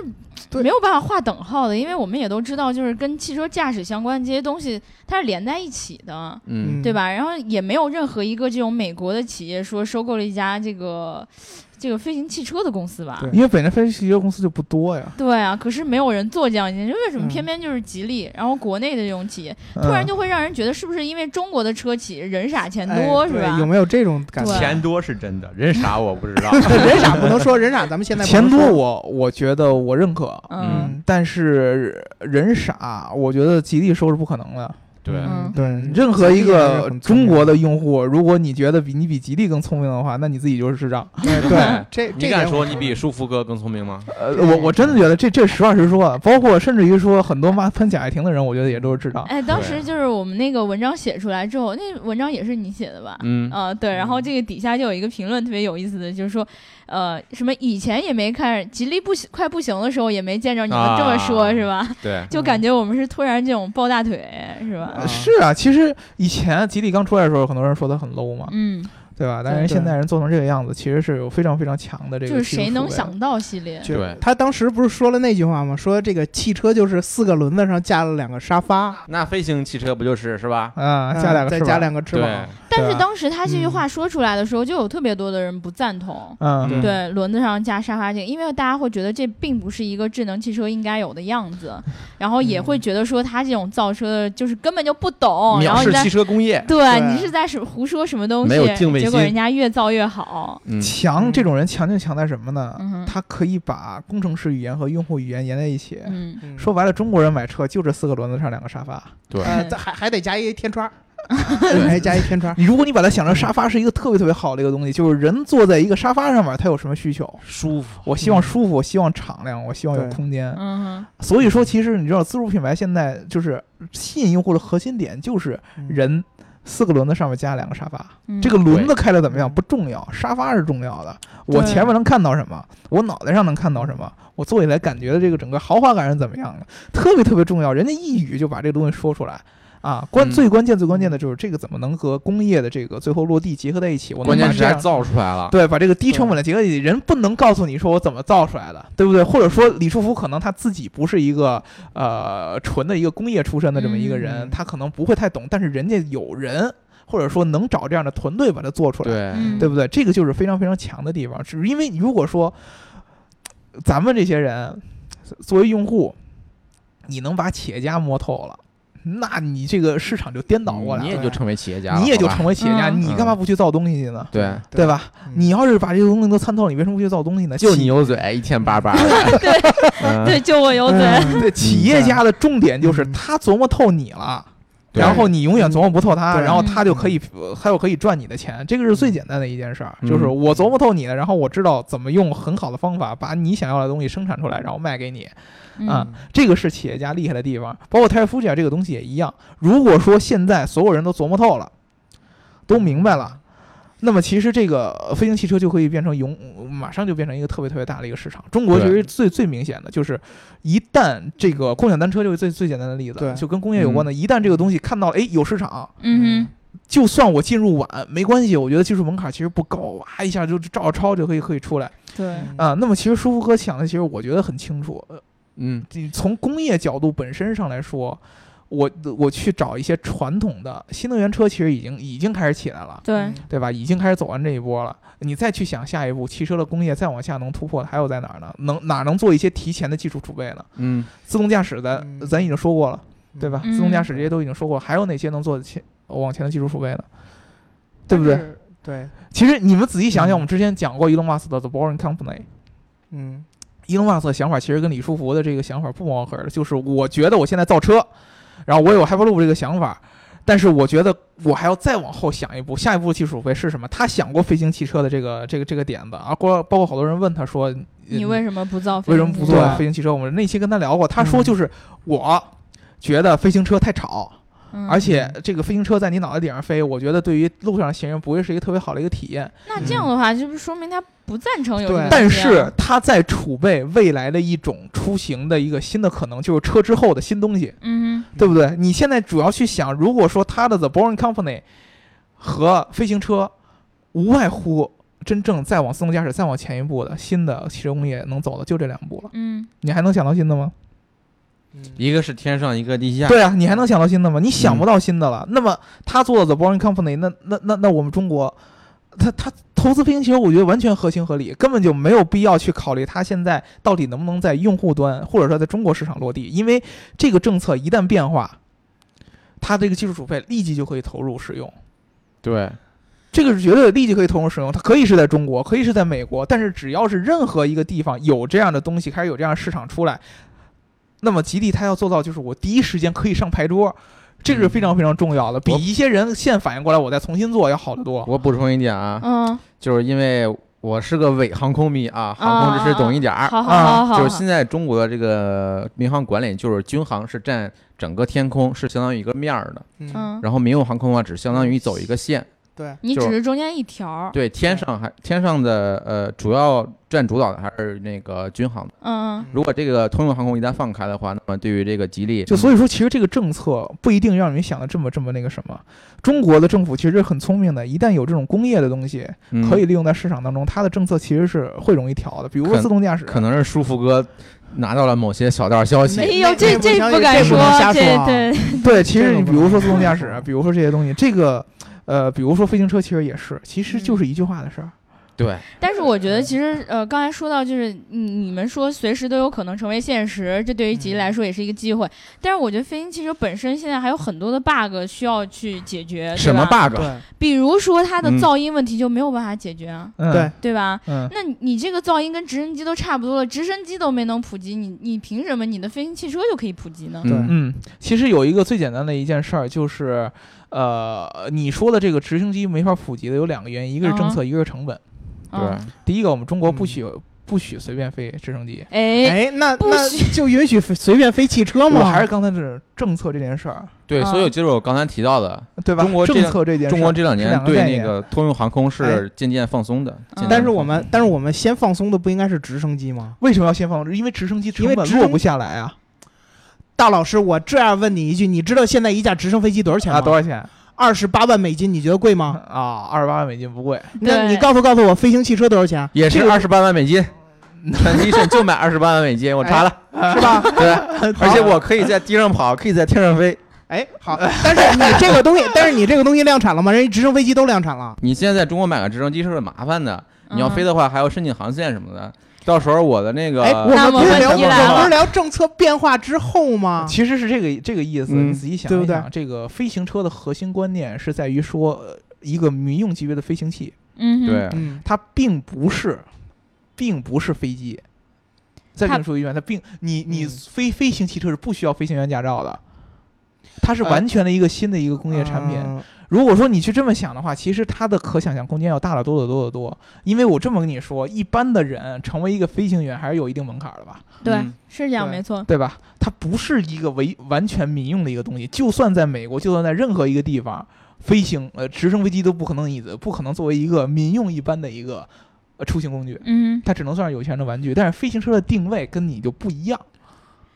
Speaker 3: 对
Speaker 2: 没有办法划等号的，因为我们也都知道，就是跟汽车驾驶相关的这些东西，它是连在一起的，
Speaker 4: 嗯，
Speaker 2: 对吧？然后也没有任何一个这种美国的企业说收购了一家这个这个飞行汽车的公司吧？
Speaker 3: 对
Speaker 5: 因为本身飞机汽车公司就不多呀，
Speaker 2: 对啊，可是没有人做这样一件事，为什么
Speaker 3: 嗯
Speaker 2: 偏偏就是吉利，然后国内的这种企业，
Speaker 5: 突
Speaker 2: 突然就会让人觉得是不是因为中国的车企人傻钱
Speaker 3: 哎
Speaker 2: 多、是
Speaker 3: 对
Speaker 2: 吧？
Speaker 3: 有没有这种感
Speaker 2: 对啊
Speaker 3: 觉？
Speaker 6: 钱多是真的，人傻我不知道。
Speaker 3: 人傻不能说人傻，咱们现在不
Speaker 5: 钱
Speaker 3: 能
Speaker 5: 多
Speaker 3: 说，
Speaker 5: 我我觉得我认可，
Speaker 2: 嗯
Speaker 3: 嗯，
Speaker 5: 但是人傻，我觉得吉利收是不可能的。
Speaker 6: 对，
Speaker 2: 嗯
Speaker 3: 对，
Speaker 5: 任何一个中国
Speaker 3: 的，
Speaker 5: 的用户，如果你觉得比你比吉利更聪明的话，那你自己就是智障。
Speaker 3: 哎对，这
Speaker 6: 你
Speaker 3: 这
Speaker 6: 敢
Speaker 3: 点我
Speaker 6: 说你比舒福哥更聪明吗？
Speaker 5: 呃，我我真的觉得这这实话实说啊，包括甚至于说很多骂喷蒋爱婷的人，我觉得也都是智障。
Speaker 2: 哎，当时就是我们那个文章写出来之后，那文章也是你写的吧？
Speaker 6: 嗯，
Speaker 2: 啊，对，然后这个底下就有一个评论特别有意思的，就是说，呃，什么以前也没看吉利不行快不行的时候，也没见着你们这么说，
Speaker 6: 啊
Speaker 2: 是吧？
Speaker 6: 对，
Speaker 2: 就感觉我们是突然这种抱大腿，是吧？
Speaker 5: 呃是啊，其实以前吉利刚出来的时候，很多人说它很 low 嘛，
Speaker 2: 嗯，
Speaker 5: 对吧？但
Speaker 3: 对
Speaker 5: 是
Speaker 3: 对
Speaker 5: 现在人做成这个样子，其实是有非常非常强的这个
Speaker 2: 就是
Speaker 5: 技术
Speaker 2: 谁能
Speaker 5: 储备
Speaker 2: 想到系列，
Speaker 3: 就
Speaker 6: 对
Speaker 3: 他当时不是说了那句话吗？说这个汽车就是四个轮子上架了两个沙发，
Speaker 6: 那飞行汽车不就是是吧？
Speaker 5: 啊，加啊
Speaker 3: 嗯
Speaker 5: 两个
Speaker 3: 再
Speaker 5: 翅
Speaker 3: 加
Speaker 5: 膀
Speaker 3: 两个翅
Speaker 6: 对
Speaker 3: 膀，，
Speaker 2: 但
Speaker 5: 对
Speaker 2: 是
Speaker 5: 吧
Speaker 2: 当时他这句
Speaker 3: 嗯
Speaker 2: 话说出来的时候，就有特别多的人不赞同。
Speaker 5: 嗯，
Speaker 6: 嗯
Speaker 2: 对，轮子上加沙发这个，因为大家会觉得这并不是一个智能汽车应该有的样 子，然后也会觉得说他这种造车的就是根本就不
Speaker 5: 嗯
Speaker 2: 懂，然
Speaker 6: 藐
Speaker 2: 后你
Speaker 6: 视
Speaker 2: 在
Speaker 6: 汽车工业，
Speaker 2: 对
Speaker 3: 对
Speaker 2: 你是在是胡说什么东西，
Speaker 6: 没有敬畏
Speaker 2: 结果
Speaker 6: 心
Speaker 2: 人家越造越好。
Speaker 6: 嗯
Speaker 5: 强
Speaker 3: 嗯
Speaker 5: 这种人强就强在什么呢？
Speaker 2: 嗯哼
Speaker 5: 他可以把工程师语言和用户语言连在一起。
Speaker 2: 嗯，
Speaker 3: 嗯
Speaker 5: 说白了，中国人买车就这四个轮子上两个沙发。
Speaker 6: 对
Speaker 5: 哎
Speaker 3: 呃，
Speaker 2: 嗯
Speaker 3: 再还还得加一天窗，还加一天 窗，
Speaker 5: 你如果你把它想成沙发是一个特别特别好的一个东西，就是人坐在一个沙发上面，他有什么需求？
Speaker 6: 舒服，
Speaker 5: 我希望舒服，我希望敞亮，我希望有
Speaker 3: 对
Speaker 5: 空间。
Speaker 2: 嗯哼，
Speaker 5: 所以说，其实你知道，自主品牌现在就是吸引用户的核心点就是
Speaker 3: 嗯
Speaker 5: 人四个轮子上面加两个沙发。
Speaker 2: 嗯
Speaker 5: 这个轮子开的怎么样
Speaker 3: 对
Speaker 5: 不重要，沙发是重要的。我
Speaker 2: 对
Speaker 5: 前面能看到什么，我脑袋上能看到什么，我坐起来感觉的这个整个豪华感是怎么样的，特别特别重要。人家一语就把这个东西说出来啊，关
Speaker 6: 嗯
Speaker 5: 最关键最关键的就是这个怎么能和工业的这个最后落地结合在一起？我能
Speaker 6: 关
Speaker 5: 把
Speaker 6: 键是
Speaker 5: 这
Speaker 6: 还
Speaker 5: 样。
Speaker 6: 造出来了。
Speaker 5: 对，把这个低成本的结合在一起，人不能告诉你说我怎么造出来的，对不对？或者说李书福可能他自己不是一个呃纯的一个工业出身的这么一个人，
Speaker 3: 嗯
Speaker 5: 他可能不会太懂，但是人家有人，或者说能找这样的团队把它做出来。
Speaker 6: 对
Speaker 2: 嗯
Speaker 5: 对不对？这个就是非常非常强的地方，只是因为你如果说咱们这些人作为用户，你能把企业家摸透了，那你这个市场就颠倒过来
Speaker 6: 你
Speaker 5: 了，
Speaker 6: 也就成为企业家了，
Speaker 5: 你也就
Speaker 6: 好吧
Speaker 5: 成为企业家，
Speaker 2: 嗯
Speaker 5: 你干嘛不去造东西去呢？
Speaker 6: 对，
Speaker 5: 对吧？
Speaker 3: 嗯
Speaker 5: 你要是把这个东西都参透了，你为什么不去造东西呢？
Speaker 6: 就你
Speaker 5: 企
Speaker 6: 有嘴，一天巴巴的。 嗯
Speaker 2: 对，就我有嘴。
Speaker 3: 嗯
Speaker 5: 哦对企业家的重点就是
Speaker 3: 嗯
Speaker 5: 他琢磨透你了。
Speaker 6: 对
Speaker 5: 然后你永远琢磨不透他，
Speaker 3: 对
Speaker 5: 然后他就可以，呃他就可以赚你的钱，这个是最简单的一件事儿，
Speaker 6: 嗯
Speaker 5: 就是我琢磨透你了，然后我知道怎么用很好的方法把你想要的东西生产出来，然后卖给你，啊
Speaker 2: 嗯，
Speaker 5: 这个是企业家厉害的地方。包括泰尔夫姐这个东西也一样，如果说现在所有人都琢磨透了，都明白了。那么其实这个呃飞行汽车就可以变成永，马上就变成一个特别特别大的一个市场。中国其
Speaker 6: 对
Speaker 5: 实最最明显的就是，一旦这个共享单车就是最最简单的例子
Speaker 3: 对，
Speaker 5: 就跟工业有关的，一旦这个东西看到了，哎，有市场，
Speaker 2: 嗯
Speaker 5: 就算我进入晚没关系，我觉得技术门槛其实不高，哇一下就照抄就可以可以出来
Speaker 2: 哼，对，
Speaker 3: 嗯
Speaker 5: 啊、那么其实舒服哥想的其实我觉得很清楚，呃
Speaker 6: 嗯，
Speaker 5: 这从工业角度本身上来说，我我去找一些传统的新能源车，其实已经已经开始起来了。
Speaker 2: 对，
Speaker 5: 对吧？已经开始走完这一波了，你再去想下一步，汽车的工业再往下能突破的还有在哪儿呢？能哪能做一些提前的技术储备呢？
Speaker 6: 嗯，
Speaker 5: 自动驾驶咱
Speaker 3: 嗯
Speaker 5: 咱已经说过了，对吧？自动驾
Speaker 2: 嗯
Speaker 5: 驶这些都已经说过，还有哪些能做的前往前的技术储备呢？对不对？？
Speaker 3: 嗯对，
Speaker 5: 其实你们仔细想想，
Speaker 3: 嗯
Speaker 5: 我们之前讲过 Elon Musk 的 The Boring Company。
Speaker 3: 嗯，
Speaker 5: Elon Musk 的想法其实跟李书福的这个想法不谋而合的，就是我觉得我现在造车，然后我有 Hyperloop 这个想法，但是我觉得我还要再往后想一步，下一步的技术储备是什么？他想过飞行汽车的这个这个这个点子啊，包包括好多人问他说，呃
Speaker 2: 你为什么不造？
Speaker 5: 为什么不
Speaker 3: 做
Speaker 5: 做
Speaker 3: 对
Speaker 5: 飞行汽车？我们那期跟他聊过，他
Speaker 3: 嗯
Speaker 5: 说就是我觉得飞行车太吵，
Speaker 2: 嗯
Speaker 5: 而且这个飞行车在你脑袋顶上飞，我觉得对于路上行人不会是一个特别好的一个体验。
Speaker 2: 那这样的话，就是说明他不赞成有这
Speaker 3: 对
Speaker 2: 个东西啊。
Speaker 5: 但是他在储备未来的一种出行的一个新的可能，就是车之后的新东西，
Speaker 2: 嗯哼，
Speaker 5: 对不对？你现在主要去想，如果说他的 The Boring Company 和飞行车，无外乎真正再往自动驾驶再往前一步的新的汽车工业能走的就这两步了。
Speaker 2: 嗯，
Speaker 5: 你还能想到新的吗？
Speaker 3: 嗯
Speaker 6: 一个是天上，一个地下。
Speaker 5: 对啊，你还能想到新的吗？你想不到新的了。那么他做的 The Boring Company，那那那那我们中国，他他投资平行，我觉得完全合情合理，根本就没有必要去考虑它现在到底能不能在用户端或者说在中国市场落地，因为这个政策一旦变化，它这个技术储备立即就可以投入使用。
Speaker 6: 对，
Speaker 5: 这个是绝对立即可以投入使用，它可以是在中国，可以是在美国，但是只要是任何一个地方有这样的东西，开始有这样的市场出来，那么吉利它要做到就是我第一时间可以上牌桌，
Speaker 6: 嗯
Speaker 5: 这个是非常非常重要的，比
Speaker 6: 我
Speaker 5: 一些人现反应过来我再重新做要好得多。
Speaker 6: 我补充一点啊，
Speaker 2: 嗯，
Speaker 6: 就是因为我是个伪航空迷啊，航空知识懂一点儿。
Speaker 2: 好好
Speaker 5: 啊
Speaker 2: 好好好，
Speaker 6: 就是现在中国的这个民航管理，就是军航是占整个天空，是相当于一个面儿的，
Speaker 3: 嗯，
Speaker 2: 嗯，
Speaker 6: 然后民用航空啊，只相当于走一个线。
Speaker 3: 对，
Speaker 2: 你只
Speaker 6: 就是
Speaker 2: 中间一条儿，
Speaker 6: 对，天上还天上的呃，主要占主导的还是那个军航的。
Speaker 2: 嗯嗯
Speaker 6: 如果这个通用航空一旦放开的话，那么对于这个吉利，
Speaker 5: 就所以说，其实这个政策不一定让你们想的这么这么那个什么。中国的政府其实很聪明的，一旦有这种工业的东西
Speaker 6: 嗯
Speaker 5: 可以利用在市场当中，它的政策其实是会容易调的，比如说
Speaker 6: 可
Speaker 5: 自动驾驶，
Speaker 6: 可能是舒服哥拿到了某些小道消息，
Speaker 2: 没有，
Speaker 3: 那
Speaker 2: 这
Speaker 3: 那不
Speaker 2: 这
Speaker 3: 能
Speaker 2: 不敢
Speaker 3: 这不
Speaker 2: 说
Speaker 3: 能瞎，说
Speaker 2: 这
Speaker 3: 啊
Speaker 2: 对，
Speaker 5: 对，其实你比如说自动驾
Speaker 3: 这
Speaker 5: 驶
Speaker 3: 种，
Speaker 5: 比如说这些东西，这个，呃，比如说飞行车，其实也是，其实就是一句话的事儿。
Speaker 6: 对，
Speaker 2: 但是我觉得，其实呃，刚才说到就是你你们说随时都有可能成为现实，这对于吉利来说也是一个机会。但是我觉得飞行汽车本身现在还有很多的 bug 需要去解决，对
Speaker 6: 什么
Speaker 2: 吧
Speaker 6: bug？
Speaker 3: 对，
Speaker 2: 比如说它的
Speaker 6: 嗯
Speaker 2: 噪音问题就没有办法解决啊，
Speaker 5: 嗯，
Speaker 3: 对，
Speaker 2: 对吧？
Speaker 5: 嗯，
Speaker 2: 那你你这个噪音跟直升机都差不多了，直升机都没能普及，你你凭什么你的飞行汽车就可以普及呢？
Speaker 6: 嗯
Speaker 5: 嗯，其实有一个最简单的一件事儿，就是，呃，你说的这个直升机没法普及的有两个原因，一个是政策，一个是成本。
Speaker 2: 啊，
Speaker 6: 对，
Speaker 5: 第一个，我们中国不许不许随便飞直升机，
Speaker 2: 哎，
Speaker 3: 哎，那
Speaker 2: 不
Speaker 3: 那
Speaker 2: 许
Speaker 3: 就允许飞随便飞汽车
Speaker 5: 我
Speaker 3: 吗？
Speaker 5: 还是刚才这种政策这件事儿，
Speaker 6: 对，
Speaker 2: 啊
Speaker 6: 所以就是我刚才提到的，
Speaker 5: 对吧？
Speaker 6: 中国这
Speaker 5: 政策这件事儿，
Speaker 6: 中国这两
Speaker 5: 是
Speaker 6: 年
Speaker 5: 两个概
Speaker 6: 对那
Speaker 5: 念
Speaker 6: 个通用航空
Speaker 3: 哎
Speaker 6: 是渐渐放松的，渐渐
Speaker 2: 嗯
Speaker 3: 但是
Speaker 6: 放
Speaker 3: 我
Speaker 6: 松
Speaker 3: 们但是我们先放松的不应该是直升机吗？
Speaker 5: 为什么要先放？因为直升机成
Speaker 3: 因为
Speaker 5: 本
Speaker 3: 直
Speaker 5: 落
Speaker 3: 升
Speaker 5: 不下来啊！
Speaker 3: 大老师，我这样问你一句，你知道现在一架直升飞机多少钱
Speaker 5: 啊，多
Speaker 3: 吗？
Speaker 5: 少钱？
Speaker 3: 二十八万美金，你觉得贵吗？
Speaker 5: 啊，二十八万美金不贵。
Speaker 3: 那
Speaker 2: 对
Speaker 3: 你告诉告诉我，飞行汽车多少钱？
Speaker 6: 也
Speaker 3: 这
Speaker 6: 是
Speaker 3: 个
Speaker 6: 二十八万美金。Transition 就买二十八万美金，我查了，
Speaker 3: 是吧？
Speaker 6: 对，而且我可以在地上跑，可以在天上飞。
Speaker 3: 哎，好，但是你这个东西，但是你这个东西量产了吗？人家直升飞机都量产了，
Speaker 6: 你现在在中国买个直升机是很麻烦的，你要
Speaker 2: 嗯
Speaker 6: 飞的话还要申请航线什么的。到时候我的那
Speaker 3: 哎，
Speaker 6: 个，
Speaker 3: 我们不
Speaker 2: 那么
Speaker 3: 是聊
Speaker 2: 问题
Speaker 3: 我
Speaker 2: 来
Speaker 3: 们不是
Speaker 2: 了
Speaker 3: 聊政策变化之后吗？
Speaker 5: 其实是这个这个意思。
Speaker 6: 嗯
Speaker 5: 你仔细想
Speaker 3: 啊对不
Speaker 5: 一
Speaker 3: 对
Speaker 5: 想，这个飞行车的核心观念是在于说，呃一个民用级别的飞行器，
Speaker 2: 嗯哼，
Speaker 6: 对，
Speaker 3: 嗯，
Speaker 5: 它并不是，并不是飞机。再
Speaker 2: 它
Speaker 5: 跟你说一遍，它并你你
Speaker 3: 嗯
Speaker 5: 飞飞行汽车是不需要飞行员驾照的，它是
Speaker 3: 呃
Speaker 5: 完全的一个新的一个工业产品。
Speaker 3: 嗯
Speaker 5: 如果说你去这么想的话，其实它的可想象空间要大得多得多得多。因为我这么跟你说，一般的人成为一个飞行员还是有一定门槛的吧？
Speaker 2: 对
Speaker 6: 嗯，
Speaker 2: 是这样，
Speaker 5: 对
Speaker 2: 没错。
Speaker 5: 对吧？它不是一个唯完全民用的一个东西，就算在美国，就算在任何一个地方，飞行呃直升飞机都不可能以呃不可能作为一个民用一般的一个呃出行工具，
Speaker 2: 嗯，
Speaker 5: 它只能算是有钱人的玩具。但是飞行车的定位跟你就不一样，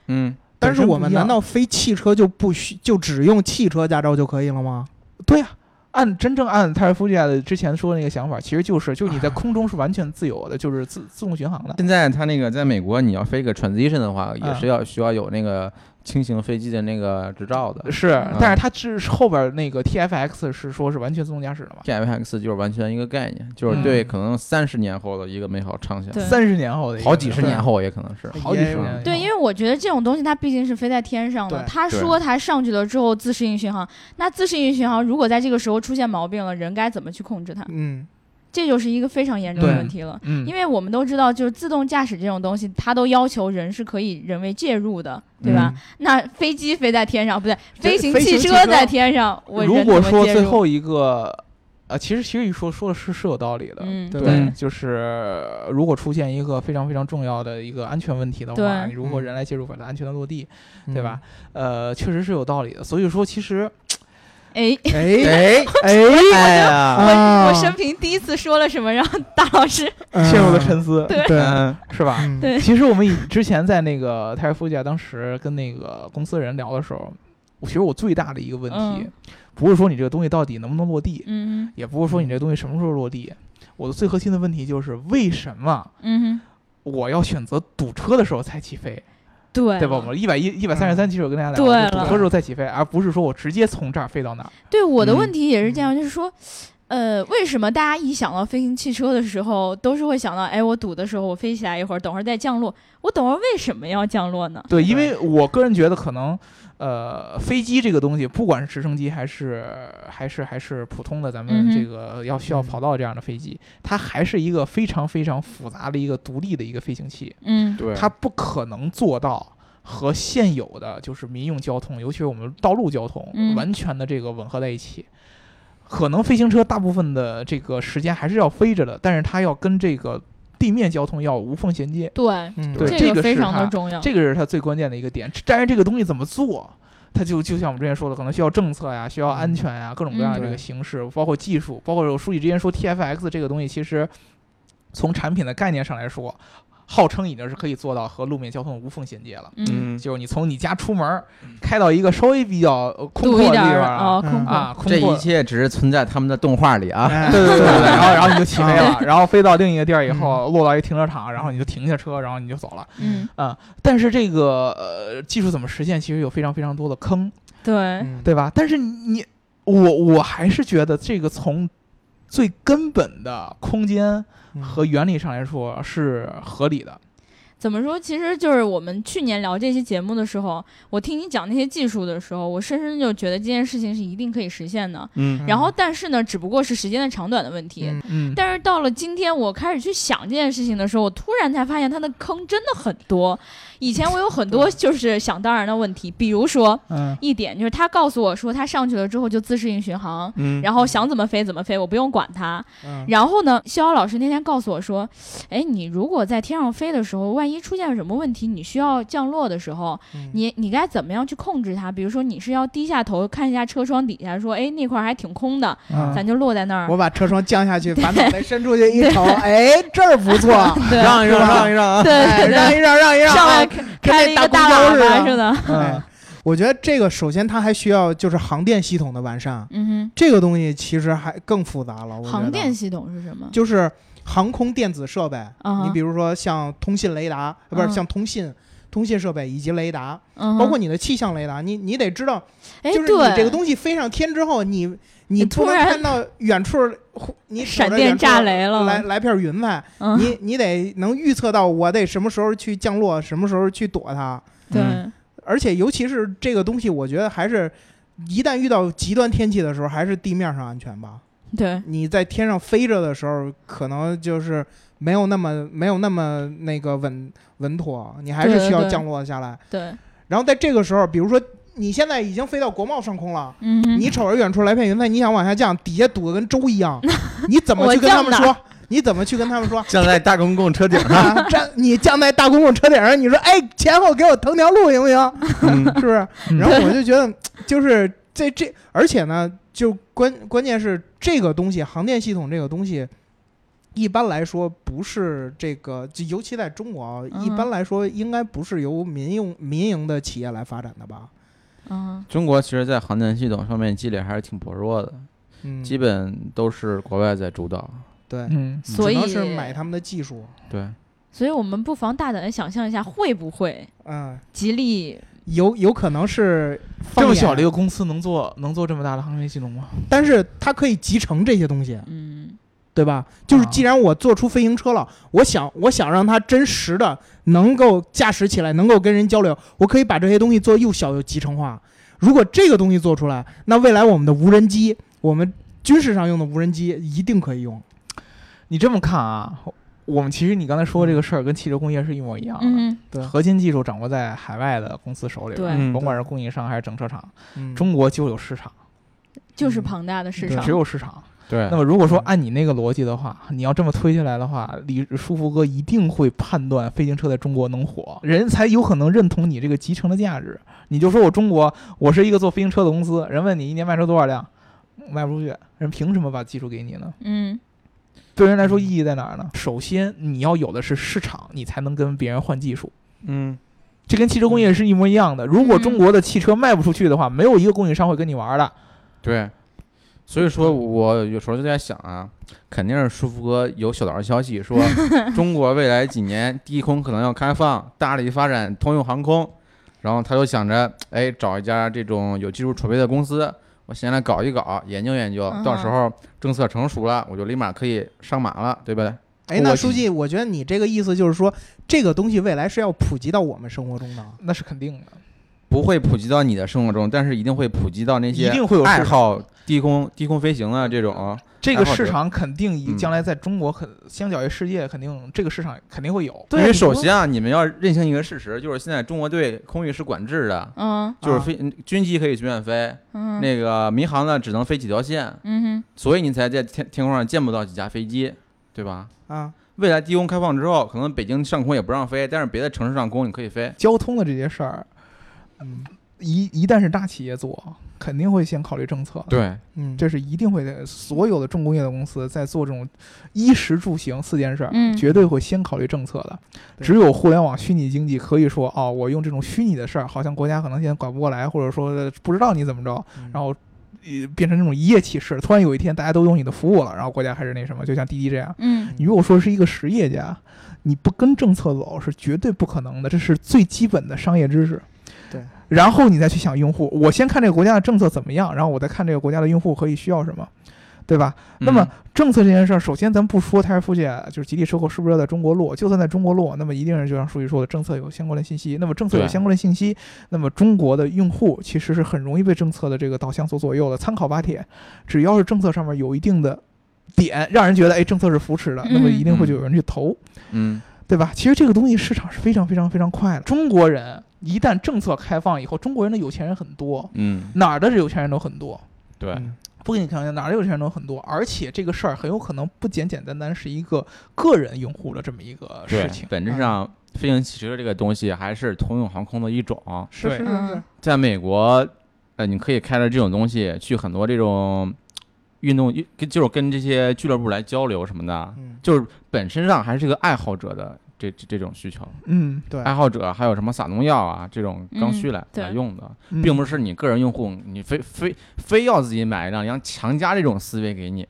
Speaker 6: 嗯，
Speaker 3: 但是我
Speaker 5: 本身不
Speaker 3: 们
Speaker 5: 一样
Speaker 3: 难道飞汽车就不需就只用汽车驾照就可以了吗？
Speaker 5: 对呀、按啊真正按泰尔夫利亚的之前说的那个想法，其实就是就是你在空中是完全自由的，就是自自动巡航的。
Speaker 6: 现在他那个在美国，你要飞个 transition 的话，也
Speaker 5: 嗯
Speaker 6: 是要需要有那个轻型飞机的那个执照的。
Speaker 5: 是，但是它只后边那个 TFX 是说是完全自动驾驶的嘛？
Speaker 6: T F X 就是完全一个概念，就是
Speaker 5: 嗯
Speaker 6: 对可能三十年后的一个美好畅想，
Speaker 2: 对
Speaker 5: 三十年后的一个
Speaker 6: 好几十
Speaker 5: 事儿
Speaker 6: 年，后也可能是。
Speaker 5: 好几十
Speaker 3: 也
Speaker 5: 年
Speaker 2: 对，因为我觉得这种东西它毕竟是飞在天上的，
Speaker 3: 对
Speaker 2: 他说他上去了之后自适应巡航，那自适应巡航如果在这个时候出现毛病了，人该怎么去控制它？
Speaker 3: 嗯，
Speaker 2: 这就是一个非常严重的
Speaker 5: 对
Speaker 2: 问题了。
Speaker 5: 嗯，
Speaker 2: 因为我们都知道，就是自动驾驶这种东西，它都要求人是可以人为介入的，对吧？那飞机飞在天上，不对，
Speaker 3: 这
Speaker 2: 飞行
Speaker 3: 嗯飞行
Speaker 2: 汽
Speaker 3: 汽
Speaker 2: 车
Speaker 3: 车
Speaker 2: 在天上，我
Speaker 5: 如
Speaker 2: 人
Speaker 5: 果
Speaker 2: 怎么
Speaker 5: 说
Speaker 2: 介
Speaker 5: 最
Speaker 2: 入？
Speaker 5: 后一个，呃，其实其实一说说的是是有道理的。
Speaker 2: 嗯，
Speaker 3: 对
Speaker 5: 对，就是呃如果出现一个非常非常重要的一个安全问题的话，
Speaker 2: 对
Speaker 5: 你如果
Speaker 3: 嗯
Speaker 5: 人来介入，把它安全的落地，
Speaker 3: 嗯
Speaker 5: 对吧？？呃，确实是有道理的。所以说，其实
Speaker 2: 哎，
Speaker 3: 哎
Speaker 6: 哎
Speaker 3: 哎，
Speaker 6: 哎呀，
Speaker 3: 啊
Speaker 2: 我生平第一次说了什么，让大老师
Speaker 3: 嗯
Speaker 5: 陷入了沉思，
Speaker 2: 对
Speaker 3: 对
Speaker 6: 嗯
Speaker 5: 是吧？
Speaker 3: 嗯
Speaker 2: 对
Speaker 5: 其实我们以之前在那个泰尔夫家当时跟那个公司人聊的时候，我其实我最大的一个问题
Speaker 2: 嗯，
Speaker 5: 不是说你这个东西到底能不能落地，
Speaker 2: 嗯
Speaker 5: 也不是说你这东西什么时候落地。我的最核心的问题就是为什么
Speaker 2: 嗯
Speaker 5: 我要选择堵车的时候才起飞，
Speaker 2: 哼，对
Speaker 5: 对吧？我
Speaker 2: 了
Speaker 5: 们一百一一百三十三，其实我跟大家聊，
Speaker 2: 对
Speaker 5: 我就
Speaker 2: 了
Speaker 5: 堵车时候再起飞，而不是说我直接从这儿飞到哪儿。
Speaker 2: 对我的
Speaker 5: 嗯
Speaker 2: 问题也是这样，就是说，呃，为什么大家一想到飞行汽车的时候，都是会想到，哎，我堵的时候我飞起来一会儿，等会儿再降落，我等会儿为什么要降落呢？
Speaker 5: 对，因为我个人觉得可能，呃，飞机这个东西，不管是直升机还是还是还是普通的咱
Speaker 2: 嗯
Speaker 5: 们
Speaker 2: 哼
Speaker 5: 这个要需要跑道这样的飞机，它还是一个非常非常复杂的一个独立的一个飞行器，
Speaker 2: 嗯
Speaker 6: 对
Speaker 5: 它不可能做到。和现有的就是民用交通，尤其是我们道路交通，
Speaker 2: 嗯
Speaker 5: 完全的这个吻合在一起。可能飞行车大部分的这个时间还是要飞着的，但是它要跟这个地面交通要无缝衔接。
Speaker 2: 对，
Speaker 3: 嗯，
Speaker 5: 对这
Speaker 2: 这
Speaker 5: 个
Speaker 2: 非
Speaker 5: 是
Speaker 2: 常的
Speaker 5: 它
Speaker 2: 重要。
Speaker 5: 这个是它最关键的一个点。但是这个东西怎么做，它就就像我们之前说的，可能需要政策呀，需要安全呀，各种各样的
Speaker 3: 嗯
Speaker 5: 这个
Speaker 3: 对
Speaker 5: 形式，包括技术，包括有书记之前说 TFX 这个东西，其实从产品的概念上来说，号称已经是可以做到和路面交通无缝衔接了。
Speaker 2: 嗯，
Speaker 5: 就是你从你家出门儿开到一个稍微比较呃空
Speaker 2: 堵
Speaker 5: 阔
Speaker 2: 一
Speaker 5: 的地
Speaker 2: 点儿
Speaker 5: 方啊
Speaker 2: 哦，空
Speaker 3: 嗯
Speaker 2: 旷，
Speaker 5: 啊，空
Speaker 6: 这
Speaker 5: 阔
Speaker 6: 一切只是存在他们的动画里啊。
Speaker 3: 哎
Speaker 5: 对对对，对，然后然后你就起飞了， 然后飞到另一个地儿以后，
Speaker 3: 嗯
Speaker 5: 落到一停车场，然后你就停下车，然后你就走了。
Speaker 2: 嗯，
Speaker 5: 但是这个呃技术怎么实现，其实有非常非常多的坑，
Speaker 2: 对，
Speaker 3: 嗯
Speaker 5: 对吧？但是你我我还是觉得这个从最根本的空间
Speaker 3: 嗯
Speaker 5: 和原理上来说是合理的。
Speaker 2: 怎么说？其实就是我们去年聊这期节目的时候，我听你讲那些技术的时候，我深深就觉得这件事情是一定可以实现的。
Speaker 6: 嗯
Speaker 2: 然后，但是呢，只不过是时间的长短的问题。
Speaker 3: 嗯
Speaker 5: 嗯，
Speaker 2: 但是到了今天，我开始去想这件事情的时候，我突然才发现它的坑真的很多。以前我有很多就是想当然的问题，比如说
Speaker 5: 嗯
Speaker 2: 一点就是他告诉我说他上去了之后就自适应巡航，
Speaker 6: 嗯
Speaker 2: 然后想怎么飞怎么飞，我不用管它。
Speaker 3: 嗯
Speaker 2: 然后呢，逍遥老师那天告诉我说，哎，你如果在天上飞的时候，万一出现什么问题，你需要降落的时候，
Speaker 3: 嗯
Speaker 2: 你你该怎么样去控制它？比如说你是要低下头看一下车窗底下，说，哎，那块儿还挺空的，咱
Speaker 5: 嗯，
Speaker 2: 就落在那儿。
Speaker 3: 啊我把车窗降下去，把脑袋伸出去一瞅，哎，这儿不错，
Speaker 2: 对
Speaker 6: 让一让，让一让 啊！
Speaker 2: 对
Speaker 3: 哎
Speaker 2: 对
Speaker 3: 让
Speaker 2: 对，
Speaker 3: 一让，让一让
Speaker 2: 上来
Speaker 3: 啊，
Speaker 2: 开
Speaker 3: 跟
Speaker 2: 开
Speaker 3: 那
Speaker 2: 了一个大
Speaker 3: 大公交
Speaker 2: 喇
Speaker 3: 似
Speaker 2: 叭
Speaker 3: 的
Speaker 2: 似的。
Speaker 3: 哎
Speaker 5: 嗯，
Speaker 3: 我觉得这个首先它还需要就是航电系统的完善，
Speaker 2: 嗯
Speaker 3: 这个东西其实还更复杂了。我
Speaker 2: 哼，
Speaker 3: 觉得
Speaker 2: 航电系统是什么？
Speaker 3: 就是航空电子设备，
Speaker 2: 啊
Speaker 3: 你比如说像通信雷达，呃不是
Speaker 2: 嗯
Speaker 3: 像通信。通信设备以及雷达，
Speaker 2: 嗯哼，
Speaker 3: 包括你的气象雷达，你你得知道，
Speaker 2: 哎，
Speaker 3: 就是
Speaker 2: 对
Speaker 3: 你这个东西飞上天之后，你你
Speaker 2: 突
Speaker 3: 不能
Speaker 2: 然
Speaker 3: 看到远处，忽你瞅着
Speaker 2: 闪电
Speaker 3: 远处
Speaker 2: 炸雷了
Speaker 3: 来来片云彩，
Speaker 2: 嗯
Speaker 3: 你你得能预测到我得什么时候去降落，什么时候去躲它。
Speaker 2: 对，
Speaker 3: 而且尤其是这个东西，我觉得还是一旦遇到极端天气的时候，还是地面上安全吧。
Speaker 2: 对，
Speaker 3: 你在天上飞着的时候，可能就是没有那么没有那么那个稳稳妥，你还是需
Speaker 2: 对
Speaker 3: 要
Speaker 2: 对
Speaker 3: 降落下来。
Speaker 2: 对，
Speaker 3: 然后在这个时候，比如说你现在已经飞到国贸上空了。
Speaker 2: 嗯哼，
Speaker 3: 你瞅着远处来片云彩，你想往下降，底下堵得跟粥 一样，你怎么
Speaker 2: 我
Speaker 3: 去跟他们
Speaker 2: 降哪
Speaker 3: 说？你怎么去跟他们说？
Speaker 6: 站在大公共车顶上，
Speaker 3: 啊，站你降在大公共车顶上，你说哎，前后给我腾条路行不行？
Speaker 6: 嗯
Speaker 3: 是不是？
Speaker 5: 嗯
Speaker 3: 然后我就觉得，就是这这，而且呢，就关关键是这个东西，航电系统这个东西，一般来说不是这个，就尤其在中国啊，
Speaker 2: 嗯
Speaker 3: 一般来说应该不是由民用民营的企业来发展的吧？
Speaker 2: 嗯
Speaker 6: 中国其实，在航天系统上面积累还是挺薄弱的，
Speaker 3: 嗯，
Speaker 6: 基本都是国外在主导。
Speaker 3: 对，
Speaker 5: 嗯，
Speaker 3: 只
Speaker 2: 所以
Speaker 3: 能是买他们的技术，
Speaker 6: 对，
Speaker 2: 所以我们不妨大胆的想象一下，会不会
Speaker 3: 嗯，
Speaker 2: 吉利？
Speaker 3: 有有可能是
Speaker 5: 这
Speaker 3: 放
Speaker 5: 么小
Speaker 3: 眼
Speaker 5: 的一个公司能做能做这么大的航天系统吗？
Speaker 3: 但是它可以集成这些东西，
Speaker 2: 嗯，
Speaker 3: 对吧？就是
Speaker 5: 啊
Speaker 3: 既然我做出飞行车了，我想我想让它真实的能够驾驶起来，能够跟人交流，我可以把这些东西做又小又集成化。如果这个东西做出来，那未来我们的无人机，我们军事上用的无人机一定可以用。
Speaker 5: 你这么看啊，我们其实你刚才说这个事儿跟汽车工业是一模一样的。
Speaker 2: 嗯哼，
Speaker 3: 对
Speaker 5: 核心技术掌握在海外的公司手里边，
Speaker 2: 对
Speaker 6: 嗯
Speaker 5: 甭管是供应商还是整车厂，
Speaker 3: 嗯
Speaker 5: 中国就有市场，
Speaker 2: 就是庞大的市
Speaker 3: 对
Speaker 2: 场
Speaker 5: 只。有市场。
Speaker 6: 对
Speaker 5: 那么如果说按你那个逻辑的话，你要这么推下来的话，李舒福哥一定会判断飞行车在中国能火，人才有可能认同你这个集成的价值。你就说我中国，我是一个做飞行车的公司，人问你一年卖出多少辆，卖不出去，人凭什么把技术给你呢？
Speaker 2: 嗯，
Speaker 5: 对人来说意义在哪儿呢？首先你要有的是市场，你才能跟别人换技术。嗯
Speaker 6: 嗯，
Speaker 5: 这跟汽车工业是一模一样的。如果中国的汽车卖不出去的话，没有一个供应商会跟你玩的。
Speaker 6: 对。所以说我有时候就在想啊，肯定是舒福哥有小道的消息说，中国未来几年低空可能要开放，大力发展通用航空，然后他就想着，哎，找一家这种有技术储备的公司，我先来搞一搞，研究研究
Speaker 2: 嗯，
Speaker 6: 到时候政策成熟了，我就立马可以上马了，对不对？
Speaker 3: 哎，那书记，我觉得你这个意思就是说，这个东西未来是要普及到我们生活中的。
Speaker 5: 那是肯定的，
Speaker 6: 不会普及到你的生活中，但是一定会普及到那
Speaker 5: 一
Speaker 6: 些
Speaker 5: 定会有
Speaker 6: 爱
Speaker 5: 市场
Speaker 6: 好低空低空飞行啊这种啊。
Speaker 5: 这个
Speaker 6: 爱好者
Speaker 5: 市场肯定一
Speaker 6: 嗯
Speaker 5: 将来在中国很相较于世界肯定这个市场肯定会有。
Speaker 3: 对
Speaker 6: 因
Speaker 3: 啊
Speaker 6: 为
Speaker 3: 你
Speaker 6: 首
Speaker 3: 不
Speaker 6: 先啊，你们要认清一个事实，就是现在中国对空域是管制的，
Speaker 2: 嗯
Speaker 6: 就是
Speaker 3: 啊
Speaker 6: 飞军机可以随便飞，
Speaker 2: 嗯
Speaker 6: 那个民航呢只能飞几条线，
Speaker 2: 嗯哼
Speaker 6: 所以你才在天天空上见不到几架飞机，对吧？
Speaker 3: 啊，
Speaker 6: 未来低空开放之后，可能北京上空也不让飞，但是别的城市上空你可以飞。
Speaker 5: 交通的这些事儿，
Speaker 3: 嗯
Speaker 5: 一一旦是大企业做，肯定会先考虑政策。，
Speaker 6: 对，
Speaker 3: 嗯，
Speaker 5: 这是一定会的。所有的重工业的公司在做这种衣食住行四件事儿，
Speaker 2: 嗯
Speaker 5: 绝对会先考虑政策的。
Speaker 3: 对
Speaker 5: 只有互联网虚拟经济可以说，哦，我用这种虚拟的事儿，好像国家可能现在管不过来，或者说不知道你怎么着，
Speaker 3: 嗯
Speaker 5: 然后。呃，变成这种一夜起势，突然有一天大家都用你的服务了，然后国家开始那什么，就像滴滴这样，
Speaker 2: 嗯
Speaker 5: 你如果说是一个实业家，你不跟政策走是绝对不可能的，这是最基本的商业知识。
Speaker 3: 对，
Speaker 5: 然后你再去想用户，我先看这个国家的政策怎么样，然后我再看这个国家的用户可以需要什么，对吧？那么政策这件事儿，首先咱不说它是附件，啊就是集体收购是不是要在中国落，就算在中国落，那么一定是就像书记说的，政策有相关的信息。那么政策有
Speaker 6: 对
Speaker 5: 相关的信息，那么中国的用户其实是很容易被政策的这个导向所左右的。参考巴铁，只要是政策上面有一定的点，让人觉得哎政策是扶持的，那么
Speaker 2: 嗯
Speaker 5: 一定会就有人去投，
Speaker 6: 嗯，
Speaker 5: 对吧？其实这个东西市场是非常非常非常快的。中国人一旦政策开放以后，中国人的有钱人很多，
Speaker 6: 嗯嗯，
Speaker 5: 哪儿的有钱人都很多，
Speaker 6: 对，
Speaker 3: 嗯
Speaker 5: 不跟你开玩笑，哪儿有钱人都很多，而且这个事儿很有可能不简简单单是一个个人用户的这么一个事情。嗯啊
Speaker 6: 本质上，飞行汽车这个东西还是通用航空的一种。
Speaker 3: 是是
Speaker 5: 对
Speaker 3: 是是
Speaker 2: 嗯，
Speaker 6: 在美国，呃，你可以开着这种东西去很多这种运动，跟就是跟这些俱乐部来交流什么的，
Speaker 3: 嗯，
Speaker 6: 就是本身上还是个爱好者的这这这种需求，
Speaker 5: 嗯，
Speaker 3: 对
Speaker 6: 爱好者还有什么撒农药啊这种刚需来、
Speaker 2: 嗯对
Speaker 6: 来用的，
Speaker 5: 嗯
Speaker 6: 并不是你个人用户你非非非要自己买一辆，然后强加这种思维给你，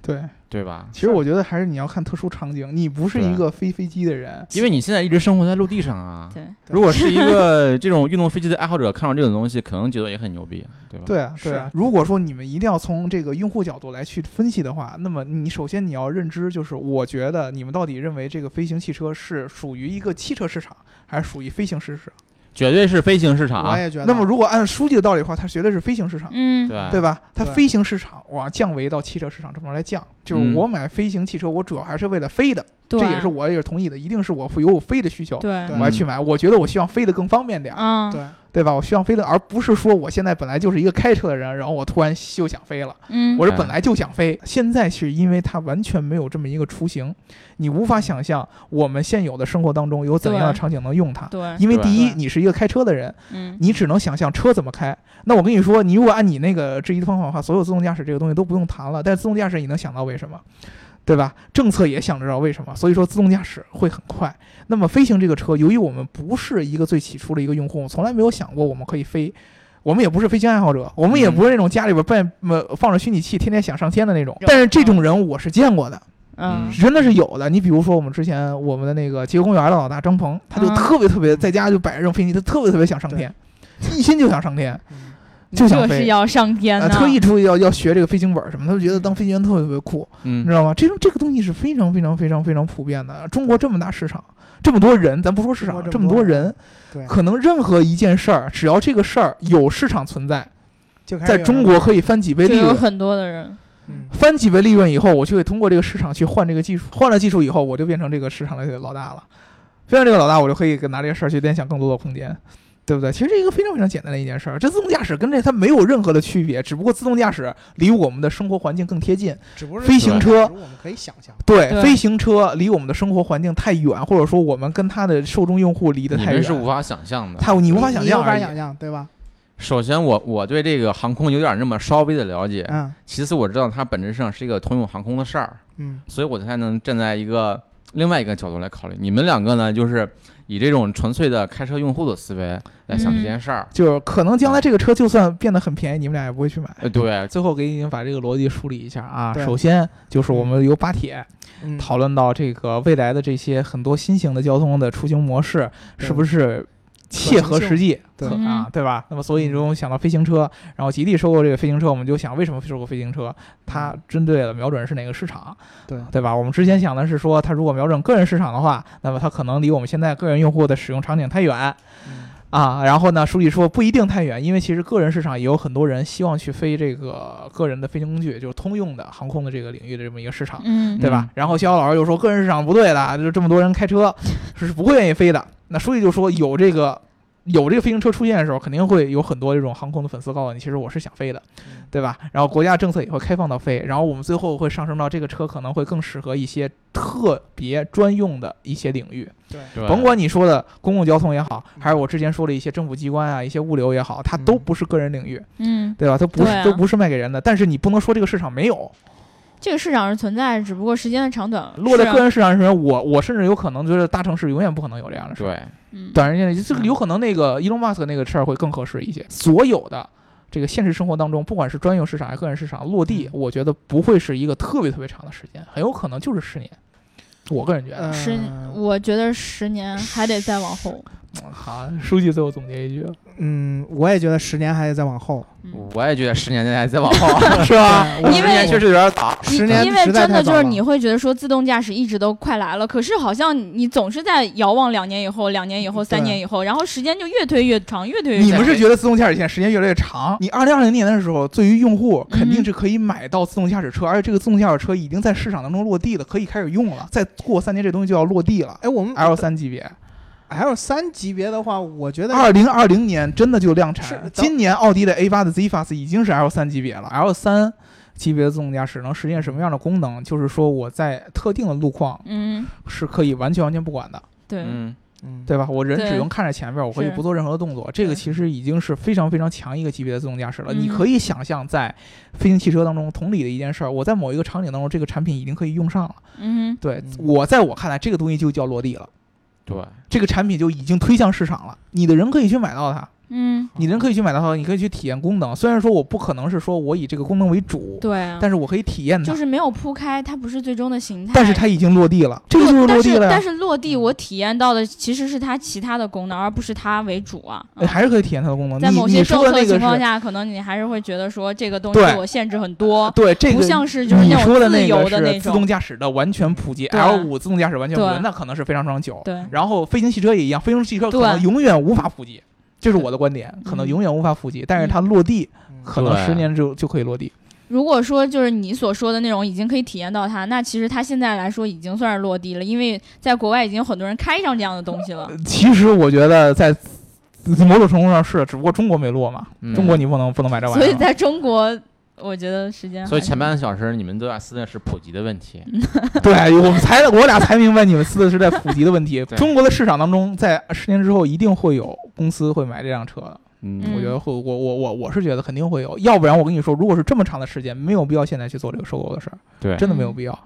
Speaker 5: 对。
Speaker 6: 对吧？
Speaker 5: 其实我觉得还是你要看特殊场景，你不是一个飞飞机的人，
Speaker 6: 因为你现在一直生活在陆地上啊。
Speaker 2: 对，
Speaker 6: 如果是一个这种运动飞机的爱好者，看到这种东西，可能觉得也很牛逼，对吧？
Speaker 5: 对啊，对啊。如果说你们一定要从这个用户角度来去分析的话，那么你首先你要认知，就是我觉得你们到底认为这个飞行汽车是属于一个汽车市场，还是属于飞行市场？
Speaker 6: 绝对是飞行市场
Speaker 3: 我
Speaker 6: 啊，
Speaker 3: 也觉得。
Speaker 5: 那么如果按书记的道理的话，它绝对是飞行市场。
Speaker 2: 嗯
Speaker 6: 对
Speaker 5: 对吧？它
Speaker 3: 对
Speaker 5: 飞行市场往降维到汽车市场这么来降，就是
Speaker 6: 嗯
Speaker 5: 我买飞行汽车，我主要还是为了飞的，
Speaker 2: 对，
Speaker 5: 这也是我也是同意的，一定是我有我飞的需求，
Speaker 2: 对
Speaker 3: 对
Speaker 5: 我要去买。我觉得我希望飞得更方便点儿，
Speaker 2: 嗯
Speaker 3: 对
Speaker 5: 对吧？我希望飞得，而不是说我现在本来就是一个开车的人，然后我突然就想飞了。
Speaker 2: 嗯
Speaker 5: 我是
Speaker 6: 哎
Speaker 5: 本来就想飞，现在是因为它完全没有这么一个雏形，你无法想象我们现有的生活当中有怎样的
Speaker 2: 对
Speaker 5: 场景能用它。
Speaker 2: 对
Speaker 5: 因为第一，
Speaker 3: 对
Speaker 5: 你是一个开车的人，
Speaker 2: 嗯
Speaker 5: 你只能想象车怎么开。那我跟你说，你如果按你那个质疑的方法的话，所有自动驾驶这个东西都不用谈了。但是自动驾驶你能想到为什么，对吧？政策也想得到为什么，所以说自动驾驶会很快。那么飞行这个车，由于我们不是一个最起初的一个用户，从来没有想过我们可以飞。我们也不是飞行爱好者，我们也不是那种家里边办呃放着虚拟器天天想上天的那种。但是这种人我是见过的，
Speaker 2: 嗯
Speaker 5: 真的是有的。你比如说我们之前我们的那个极客公园的老大张鹏，他就
Speaker 2: 嗯
Speaker 5: 特别特别在家就摆着扔飞机，他特别特别想上天，一心就想上天，
Speaker 3: 嗯
Speaker 5: 就想
Speaker 2: 这是
Speaker 5: 飞。
Speaker 2: 要上天
Speaker 5: 呃，
Speaker 2: 呢，
Speaker 5: 特意出去要要学这个飞行本儿什么，他就觉得当飞行员特别特别酷，你
Speaker 6: 嗯
Speaker 5: 知，道吗？这种这个东西是非常非常非常非常普遍的。中国这么大市场，这么多人，咱不说市场，这
Speaker 3: 中
Speaker 5: 么
Speaker 3: 国这么多
Speaker 5: 多人，
Speaker 3: 对，
Speaker 5: 可能任何一件事儿，只要这个事儿有市场存在，
Speaker 3: 就开始
Speaker 5: 在
Speaker 3: 有人
Speaker 5: 中国可以翻几倍
Speaker 2: 就
Speaker 5: 利
Speaker 2: 有
Speaker 5: 润。
Speaker 2: 很多的人，
Speaker 3: 嗯
Speaker 5: 翻几倍利润以后，我就会通过这个市场去换这个技术，换了技术以后，我就变成这个市场的老大了。变成这个老大，我就可以拿这个事儿去联想更多的空间，对不对？其实这一个非常非常简单的一件事儿，这自动驾驶跟这它没有任何的区别，只不过自动驾驶离我们的生活环境更贴近。
Speaker 3: 只不过是
Speaker 5: 飞行车
Speaker 3: 只不过我们可以想象，
Speaker 5: 对，
Speaker 2: 对
Speaker 5: 飞行车离我们的生活环境太远，或者说我们跟它的受众用户离得
Speaker 6: 你
Speaker 5: 太
Speaker 6: 们是
Speaker 5: 远，
Speaker 6: 无法想象的。
Speaker 5: 太你无法想象
Speaker 3: 你无法
Speaker 5: 而已。
Speaker 3: 想象，对吧？
Speaker 6: 首先我，我对这个航空有点那么稍微的了解，
Speaker 3: 嗯
Speaker 6: 其次我知道它本质上是一个通用航空的事儿，
Speaker 3: 嗯
Speaker 6: 所以我才能站在一个另外一个角度来考虑。你们两个呢，就是以这种纯粹的开车用户的思维来想
Speaker 2: 嗯
Speaker 6: 这件事儿。
Speaker 5: 就是可能将来这个车就算变得很便宜，你们俩也不会去买。
Speaker 6: 呃，对，
Speaker 5: 最后给你们把这个逻辑梳理一下啊。
Speaker 3: 对
Speaker 5: 首先就是我们由巴铁
Speaker 3: 嗯
Speaker 5: 讨论到这个未来的这些很多新型的交通的出行模式
Speaker 3: 对嗯
Speaker 5: 是不是切合实际
Speaker 3: 对
Speaker 2: 嗯
Speaker 5: 可啊，对吧？那么所以你就想到飞行车，然后吉利收购这个飞行车，我们就想为什么收购飞行车？
Speaker 3: 嗯
Speaker 5: 它针对了瞄准是哪个市场，
Speaker 3: 对
Speaker 5: 对吧？我们之前想的是说，它如果瞄准个人市场的话，那么它可能离我们现在个人用户的使用场景太远。
Speaker 3: 嗯
Speaker 5: 啊，然后呢？书记说不一定太远，因为其实个人市场也有很多人希望去飞这个个人的飞行工具，就是通用的航空的这个领域的这么一个市场。
Speaker 2: 嗯，
Speaker 5: 对吧？然后逍遥老师就说个人市场不对的，就这么多人开 车是不会愿意飞的。那书记就说有这个有这个飞行车出现的时候，肯定会有很多这种航空的粉丝告诉你，其实我是想飞的，
Speaker 3: 嗯
Speaker 5: 对吧？然后国家政策也会开放到飞，然后我们最后会上升到这个车可能会更适合一些特别专用的一些领域，
Speaker 2: 嗯
Speaker 6: 嗯对
Speaker 5: 甭管你说的公共交通也好，还是我之前说的一些政府机关啊、一些物流也好，它都
Speaker 3: 嗯
Speaker 5: 不是个人领域，
Speaker 2: 嗯，
Speaker 5: 对吧？它不是、
Speaker 2: 对啊
Speaker 5: 都不是卖给人的，但是你不能说这个市场没有，
Speaker 2: 这个市场是存在，只不过时间的长短
Speaker 5: 落在
Speaker 2: 是啊
Speaker 5: 个人市场上面，我我甚至有可能觉得大城市永远不可能有这样的事儿。
Speaker 6: 对，
Speaker 2: 嗯
Speaker 5: 短时间内，这个有可能那个 Elon Musk 那个事儿会更合适一些。所有的这个现实生活当中，不管是专用市场还是个人市场，落地我觉得不会是一个特别特别长的时间，很有可能就是十年。我个人觉得，
Speaker 3: 呃
Speaker 2: 十，我觉得十年还得再往后。
Speaker 5: 嗯好，书记最后总结一句，
Speaker 3: 嗯，我也觉得十年还得再往后，
Speaker 2: 嗯，
Speaker 6: 我也觉得十年内还在往后，
Speaker 5: 是吧？
Speaker 3: 对我
Speaker 2: 因
Speaker 6: 十
Speaker 2: 为
Speaker 6: 年确实有点早。
Speaker 3: 十年
Speaker 2: 因为
Speaker 3: 实在
Speaker 2: 真的
Speaker 3: 太早
Speaker 2: 就是
Speaker 3: 了
Speaker 2: 你会觉得说自动驾驶一直都快来了，可是好像你总是在遥望两年以后、两年以后、三
Speaker 3: 对
Speaker 2: 年以后，然后时间就越推越长，越推越
Speaker 5: 你
Speaker 2: 长。
Speaker 5: 们是觉得自动驾驶现在时间越来越长？你二零二零年的时候，对于用户肯定是可以买到自动驾驶车，而且这个自动驾驶车已经在市场当中落地了，可以开始用了。再过三年，这东西就要落地了。
Speaker 3: 哎，我们
Speaker 5: L 三级别，
Speaker 3: L 三级别的话，我觉得
Speaker 5: 二零二零年真的就量
Speaker 3: 是
Speaker 5: 产。
Speaker 3: 咱
Speaker 5: 今年奥迪的 A 八的 Z Fast 已经是 L 三级别了，L 三级别的自动驾驶能实现什么样的功能？就是说我在特定的路况
Speaker 2: 嗯，
Speaker 5: 是可以完全完全不管的，
Speaker 2: 对，
Speaker 6: 嗯，
Speaker 3: 嗯，
Speaker 5: 对吧？我人
Speaker 2: 对
Speaker 5: 只用看着前面，我可以
Speaker 2: 是
Speaker 5: 不做任何的动作。这个
Speaker 2: 对
Speaker 5: 其实已经是非常非常强一个级别的自动驾驶了。
Speaker 2: 嗯
Speaker 5: 你可以想象，在飞行汽车当中，同理的一件事儿，我在某一个场景当中，这个产品已经可以用上了。
Speaker 2: 嗯
Speaker 5: 对
Speaker 3: 嗯
Speaker 5: 我，在我看来，这个东西就叫落地了，
Speaker 6: 对，
Speaker 5: 这个产品就已经推向市场了，你的人可以去买到它。
Speaker 2: 嗯，
Speaker 5: 你人可以去买到它，你可以去体验功能。虽然说我不可能是说我以这个功能为主，
Speaker 2: 对啊，
Speaker 5: 但是我可以体验它。
Speaker 2: 就是没有铺开，它不是最终的形态。
Speaker 5: 但是它已经落地了，这个就是落
Speaker 2: 但
Speaker 5: 地
Speaker 2: 是
Speaker 5: 了
Speaker 2: 但
Speaker 5: 呀。
Speaker 2: 是落地我体验到的其实是它其他的功能，而不是它为主啊。
Speaker 5: 哎还是可以体验它的功能。
Speaker 2: 在某
Speaker 5: 你
Speaker 2: 些
Speaker 5: 你说
Speaker 2: 政
Speaker 5: 的
Speaker 2: 策
Speaker 5: 那
Speaker 2: 情
Speaker 5: 个
Speaker 2: 况
Speaker 5: 是
Speaker 2: 下，可能你还是会觉得说这个东西
Speaker 5: 对
Speaker 2: 对我限制很多，
Speaker 5: 对这个，
Speaker 2: 不像是就是
Speaker 5: 你
Speaker 2: 那
Speaker 5: 说
Speaker 2: 种
Speaker 5: 的
Speaker 2: 自
Speaker 5: 那
Speaker 2: 由
Speaker 5: 个
Speaker 2: 的
Speaker 5: 是自
Speaker 2: 种
Speaker 5: 动。驾驶的完全普及
Speaker 2: 对
Speaker 5: ，L 五自动驾驶完全普及
Speaker 2: 对，
Speaker 5: 那可能是非常非常久。
Speaker 2: 对，
Speaker 5: 然后飞行汽车也一样，飞行汽车可
Speaker 2: 对
Speaker 5: 能永远无法普及，这是我的观点，可能
Speaker 2: 嗯
Speaker 5: 永远无法普及。但是它落地，
Speaker 3: 嗯
Speaker 5: 可
Speaker 6: 嗯
Speaker 5: 能
Speaker 6: 对
Speaker 5: 十年就就可以落地。
Speaker 2: 如果说就是你所说的那种已经可以体验到它，那其实它现在来说已经算是落地了，因为在国外已经有很多人开上这样的东西了。
Speaker 5: 其实我觉得在某种程度上是，只不过中国没落嘛，
Speaker 6: 嗯
Speaker 5: 中国你不能不能买这玩意儿。
Speaker 2: 所以在中国，我觉得时间
Speaker 6: 所以
Speaker 2: 还嗯
Speaker 6: 前半个小时你们都在思的是普及的问题。
Speaker 5: 对我们才，我俩才明白你们思的是在普及的问题。
Speaker 6: 对
Speaker 5: 中国的市场当中，在十年之后一定会有公司会买这辆车的，
Speaker 2: 嗯
Speaker 5: 我觉得会，我我我我是觉得肯定会有，要不然我跟你说，如果是这么长的时间，没有必要现在去做这个收购的事儿，
Speaker 6: 对
Speaker 5: 真的没有必要。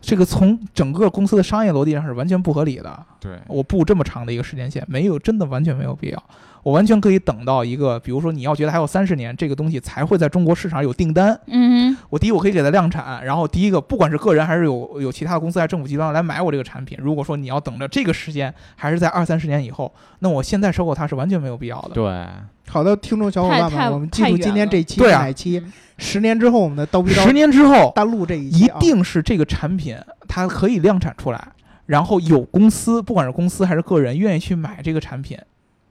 Speaker 5: 这个从整个公司的商业逻辑上是完全不合理的。
Speaker 6: 对，
Speaker 5: 我布这么长的一个时间线，没有真的完全没有必要。我完全可以等到一个，比如说你要觉得还有三十年，这个东西才会在中国市场有订单，
Speaker 2: 嗯
Speaker 5: 我第一我可以给它量产，然后第一个不管是个人还是有有其他的公司还是政府机关来买我这个产品，如果说你要等着这个时间，还是在二三十年以后，那我现在收购它是完全没有必要的。
Speaker 6: 对，
Speaker 2: 嗯
Speaker 3: 好的，听众小伙
Speaker 2: 太
Speaker 3: 伴
Speaker 2: 太
Speaker 3: 们，我们记
Speaker 2: 太
Speaker 3: 住
Speaker 2: 远
Speaker 3: 今天
Speaker 2: 了
Speaker 3: 这期
Speaker 5: 对
Speaker 3: 是
Speaker 5: 啊
Speaker 3: 哪期？
Speaker 2: 嗯
Speaker 3: 十年之后我们的刀逼刀
Speaker 5: 十年之后，
Speaker 3: 大陆这一期
Speaker 5: 一
Speaker 3: 啊，
Speaker 5: 定是这个产品它可以量产出来，然后有公司，不管是公司还是个人，愿意去买这个产品，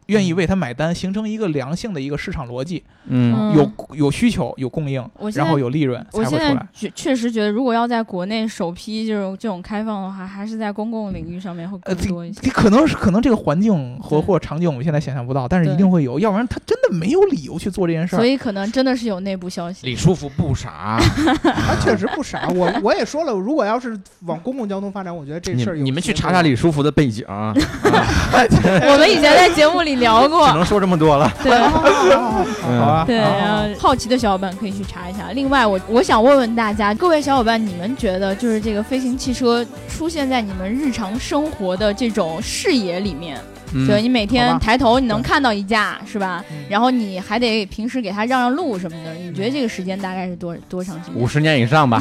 Speaker 5: 愿
Speaker 2: 嗯
Speaker 5: 意为它买单，形成一个良性的一个市场逻辑，
Speaker 6: 嗯，
Speaker 2: 嗯
Speaker 5: 有有需求，有供应
Speaker 2: 我，现在
Speaker 5: 然后有利润才
Speaker 2: 我
Speaker 5: 会
Speaker 2: 现
Speaker 5: 出
Speaker 2: 在
Speaker 5: 来。
Speaker 2: 确确实觉得，如果要在国内首批这种这种开放的话，还是在公共领域上面会
Speaker 5: 呃
Speaker 2: 更多一些。
Speaker 5: 你可能是可能这个环境和
Speaker 2: 对
Speaker 5: 或者场景我们现在想象不到，但是
Speaker 2: 对
Speaker 5: 一定会有，要不然他真的没有理由去做这件事
Speaker 2: 所
Speaker 5: 儿。
Speaker 2: 以可能真的是有内部消息。
Speaker 6: 李书福不傻，啊
Speaker 3: 他啊确实不傻。我我也说了，如果要是往公共交通发展，我觉得这
Speaker 6: 你
Speaker 3: 事儿有
Speaker 6: 你们去
Speaker 3: 前途
Speaker 6: 查查李书福的背景啊，
Speaker 2: 我们以前在节目里聊过
Speaker 6: 只，能说这 么多了。
Speaker 2: 对
Speaker 3: 啊
Speaker 5: 好吧？
Speaker 2: 对，然后好奇的小伙伴可以去查一下。另外，我我想问问大家，各位小伙伴，你们觉得就是这个飞行汽车出现在你们日常生活的这种视野里面，
Speaker 6: 嗯
Speaker 2: 就你每
Speaker 3: 好
Speaker 2: 天
Speaker 3: 吧
Speaker 2: 抬头你能看到一架是吧
Speaker 3: 嗯？
Speaker 2: 然后你还得平时给它让让路什么的。你觉得这个时间大概是多多长时间？
Speaker 6: 嗯五十年以 上吧，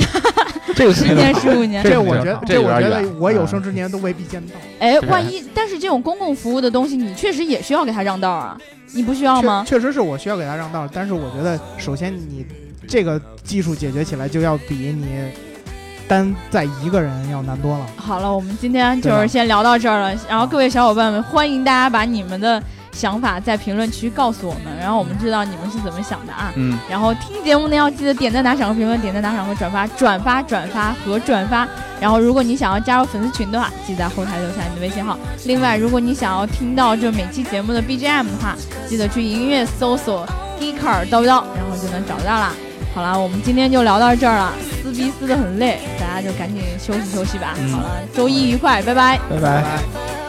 Speaker 5: 这个
Speaker 2: 十年、十五年？
Speaker 3: 这我觉得，这
Speaker 6: 这有
Speaker 3: 我
Speaker 6: 点
Speaker 3: 觉
Speaker 6: 远
Speaker 3: 得我有
Speaker 6: 嗯
Speaker 3: 生之年都未必见到。
Speaker 2: 哎，
Speaker 6: 对
Speaker 2: 万一但是这种公共服务的东西，你确实也需要给它让道啊，你不需要吗？
Speaker 3: 确确实是我需要给他让道，但是我觉得首先你这个技术解决起来就要比你单在一个人要难多了。
Speaker 2: 好了，我们今天就
Speaker 3: 对
Speaker 2: 是
Speaker 3: 吧
Speaker 2: 先聊到这儿了。然后各位小伙伴们，欢迎大家把你们的想法在评论区告诉我们，然后我们知道你们是怎么想的啊。
Speaker 6: 嗯，
Speaker 2: 然后听节目呢，要记得点赞、打赏和评论，点赞、打赏和转发，转发、转发和转发。然后，如果你想要加入粉丝群的话，记得在后台留下你的微信号。另外，如果你想要听到这每期节目的 BGM 的话，记得去音乐搜索 Geeker 叨不叨，然后就能找到啦。好啦，我们今天就聊到这儿了，撕逼撕得很累，大家就赶紧休息休息吧。好了，周一愉快，拜拜。
Speaker 5: 拜拜。
Speaker 7: forever.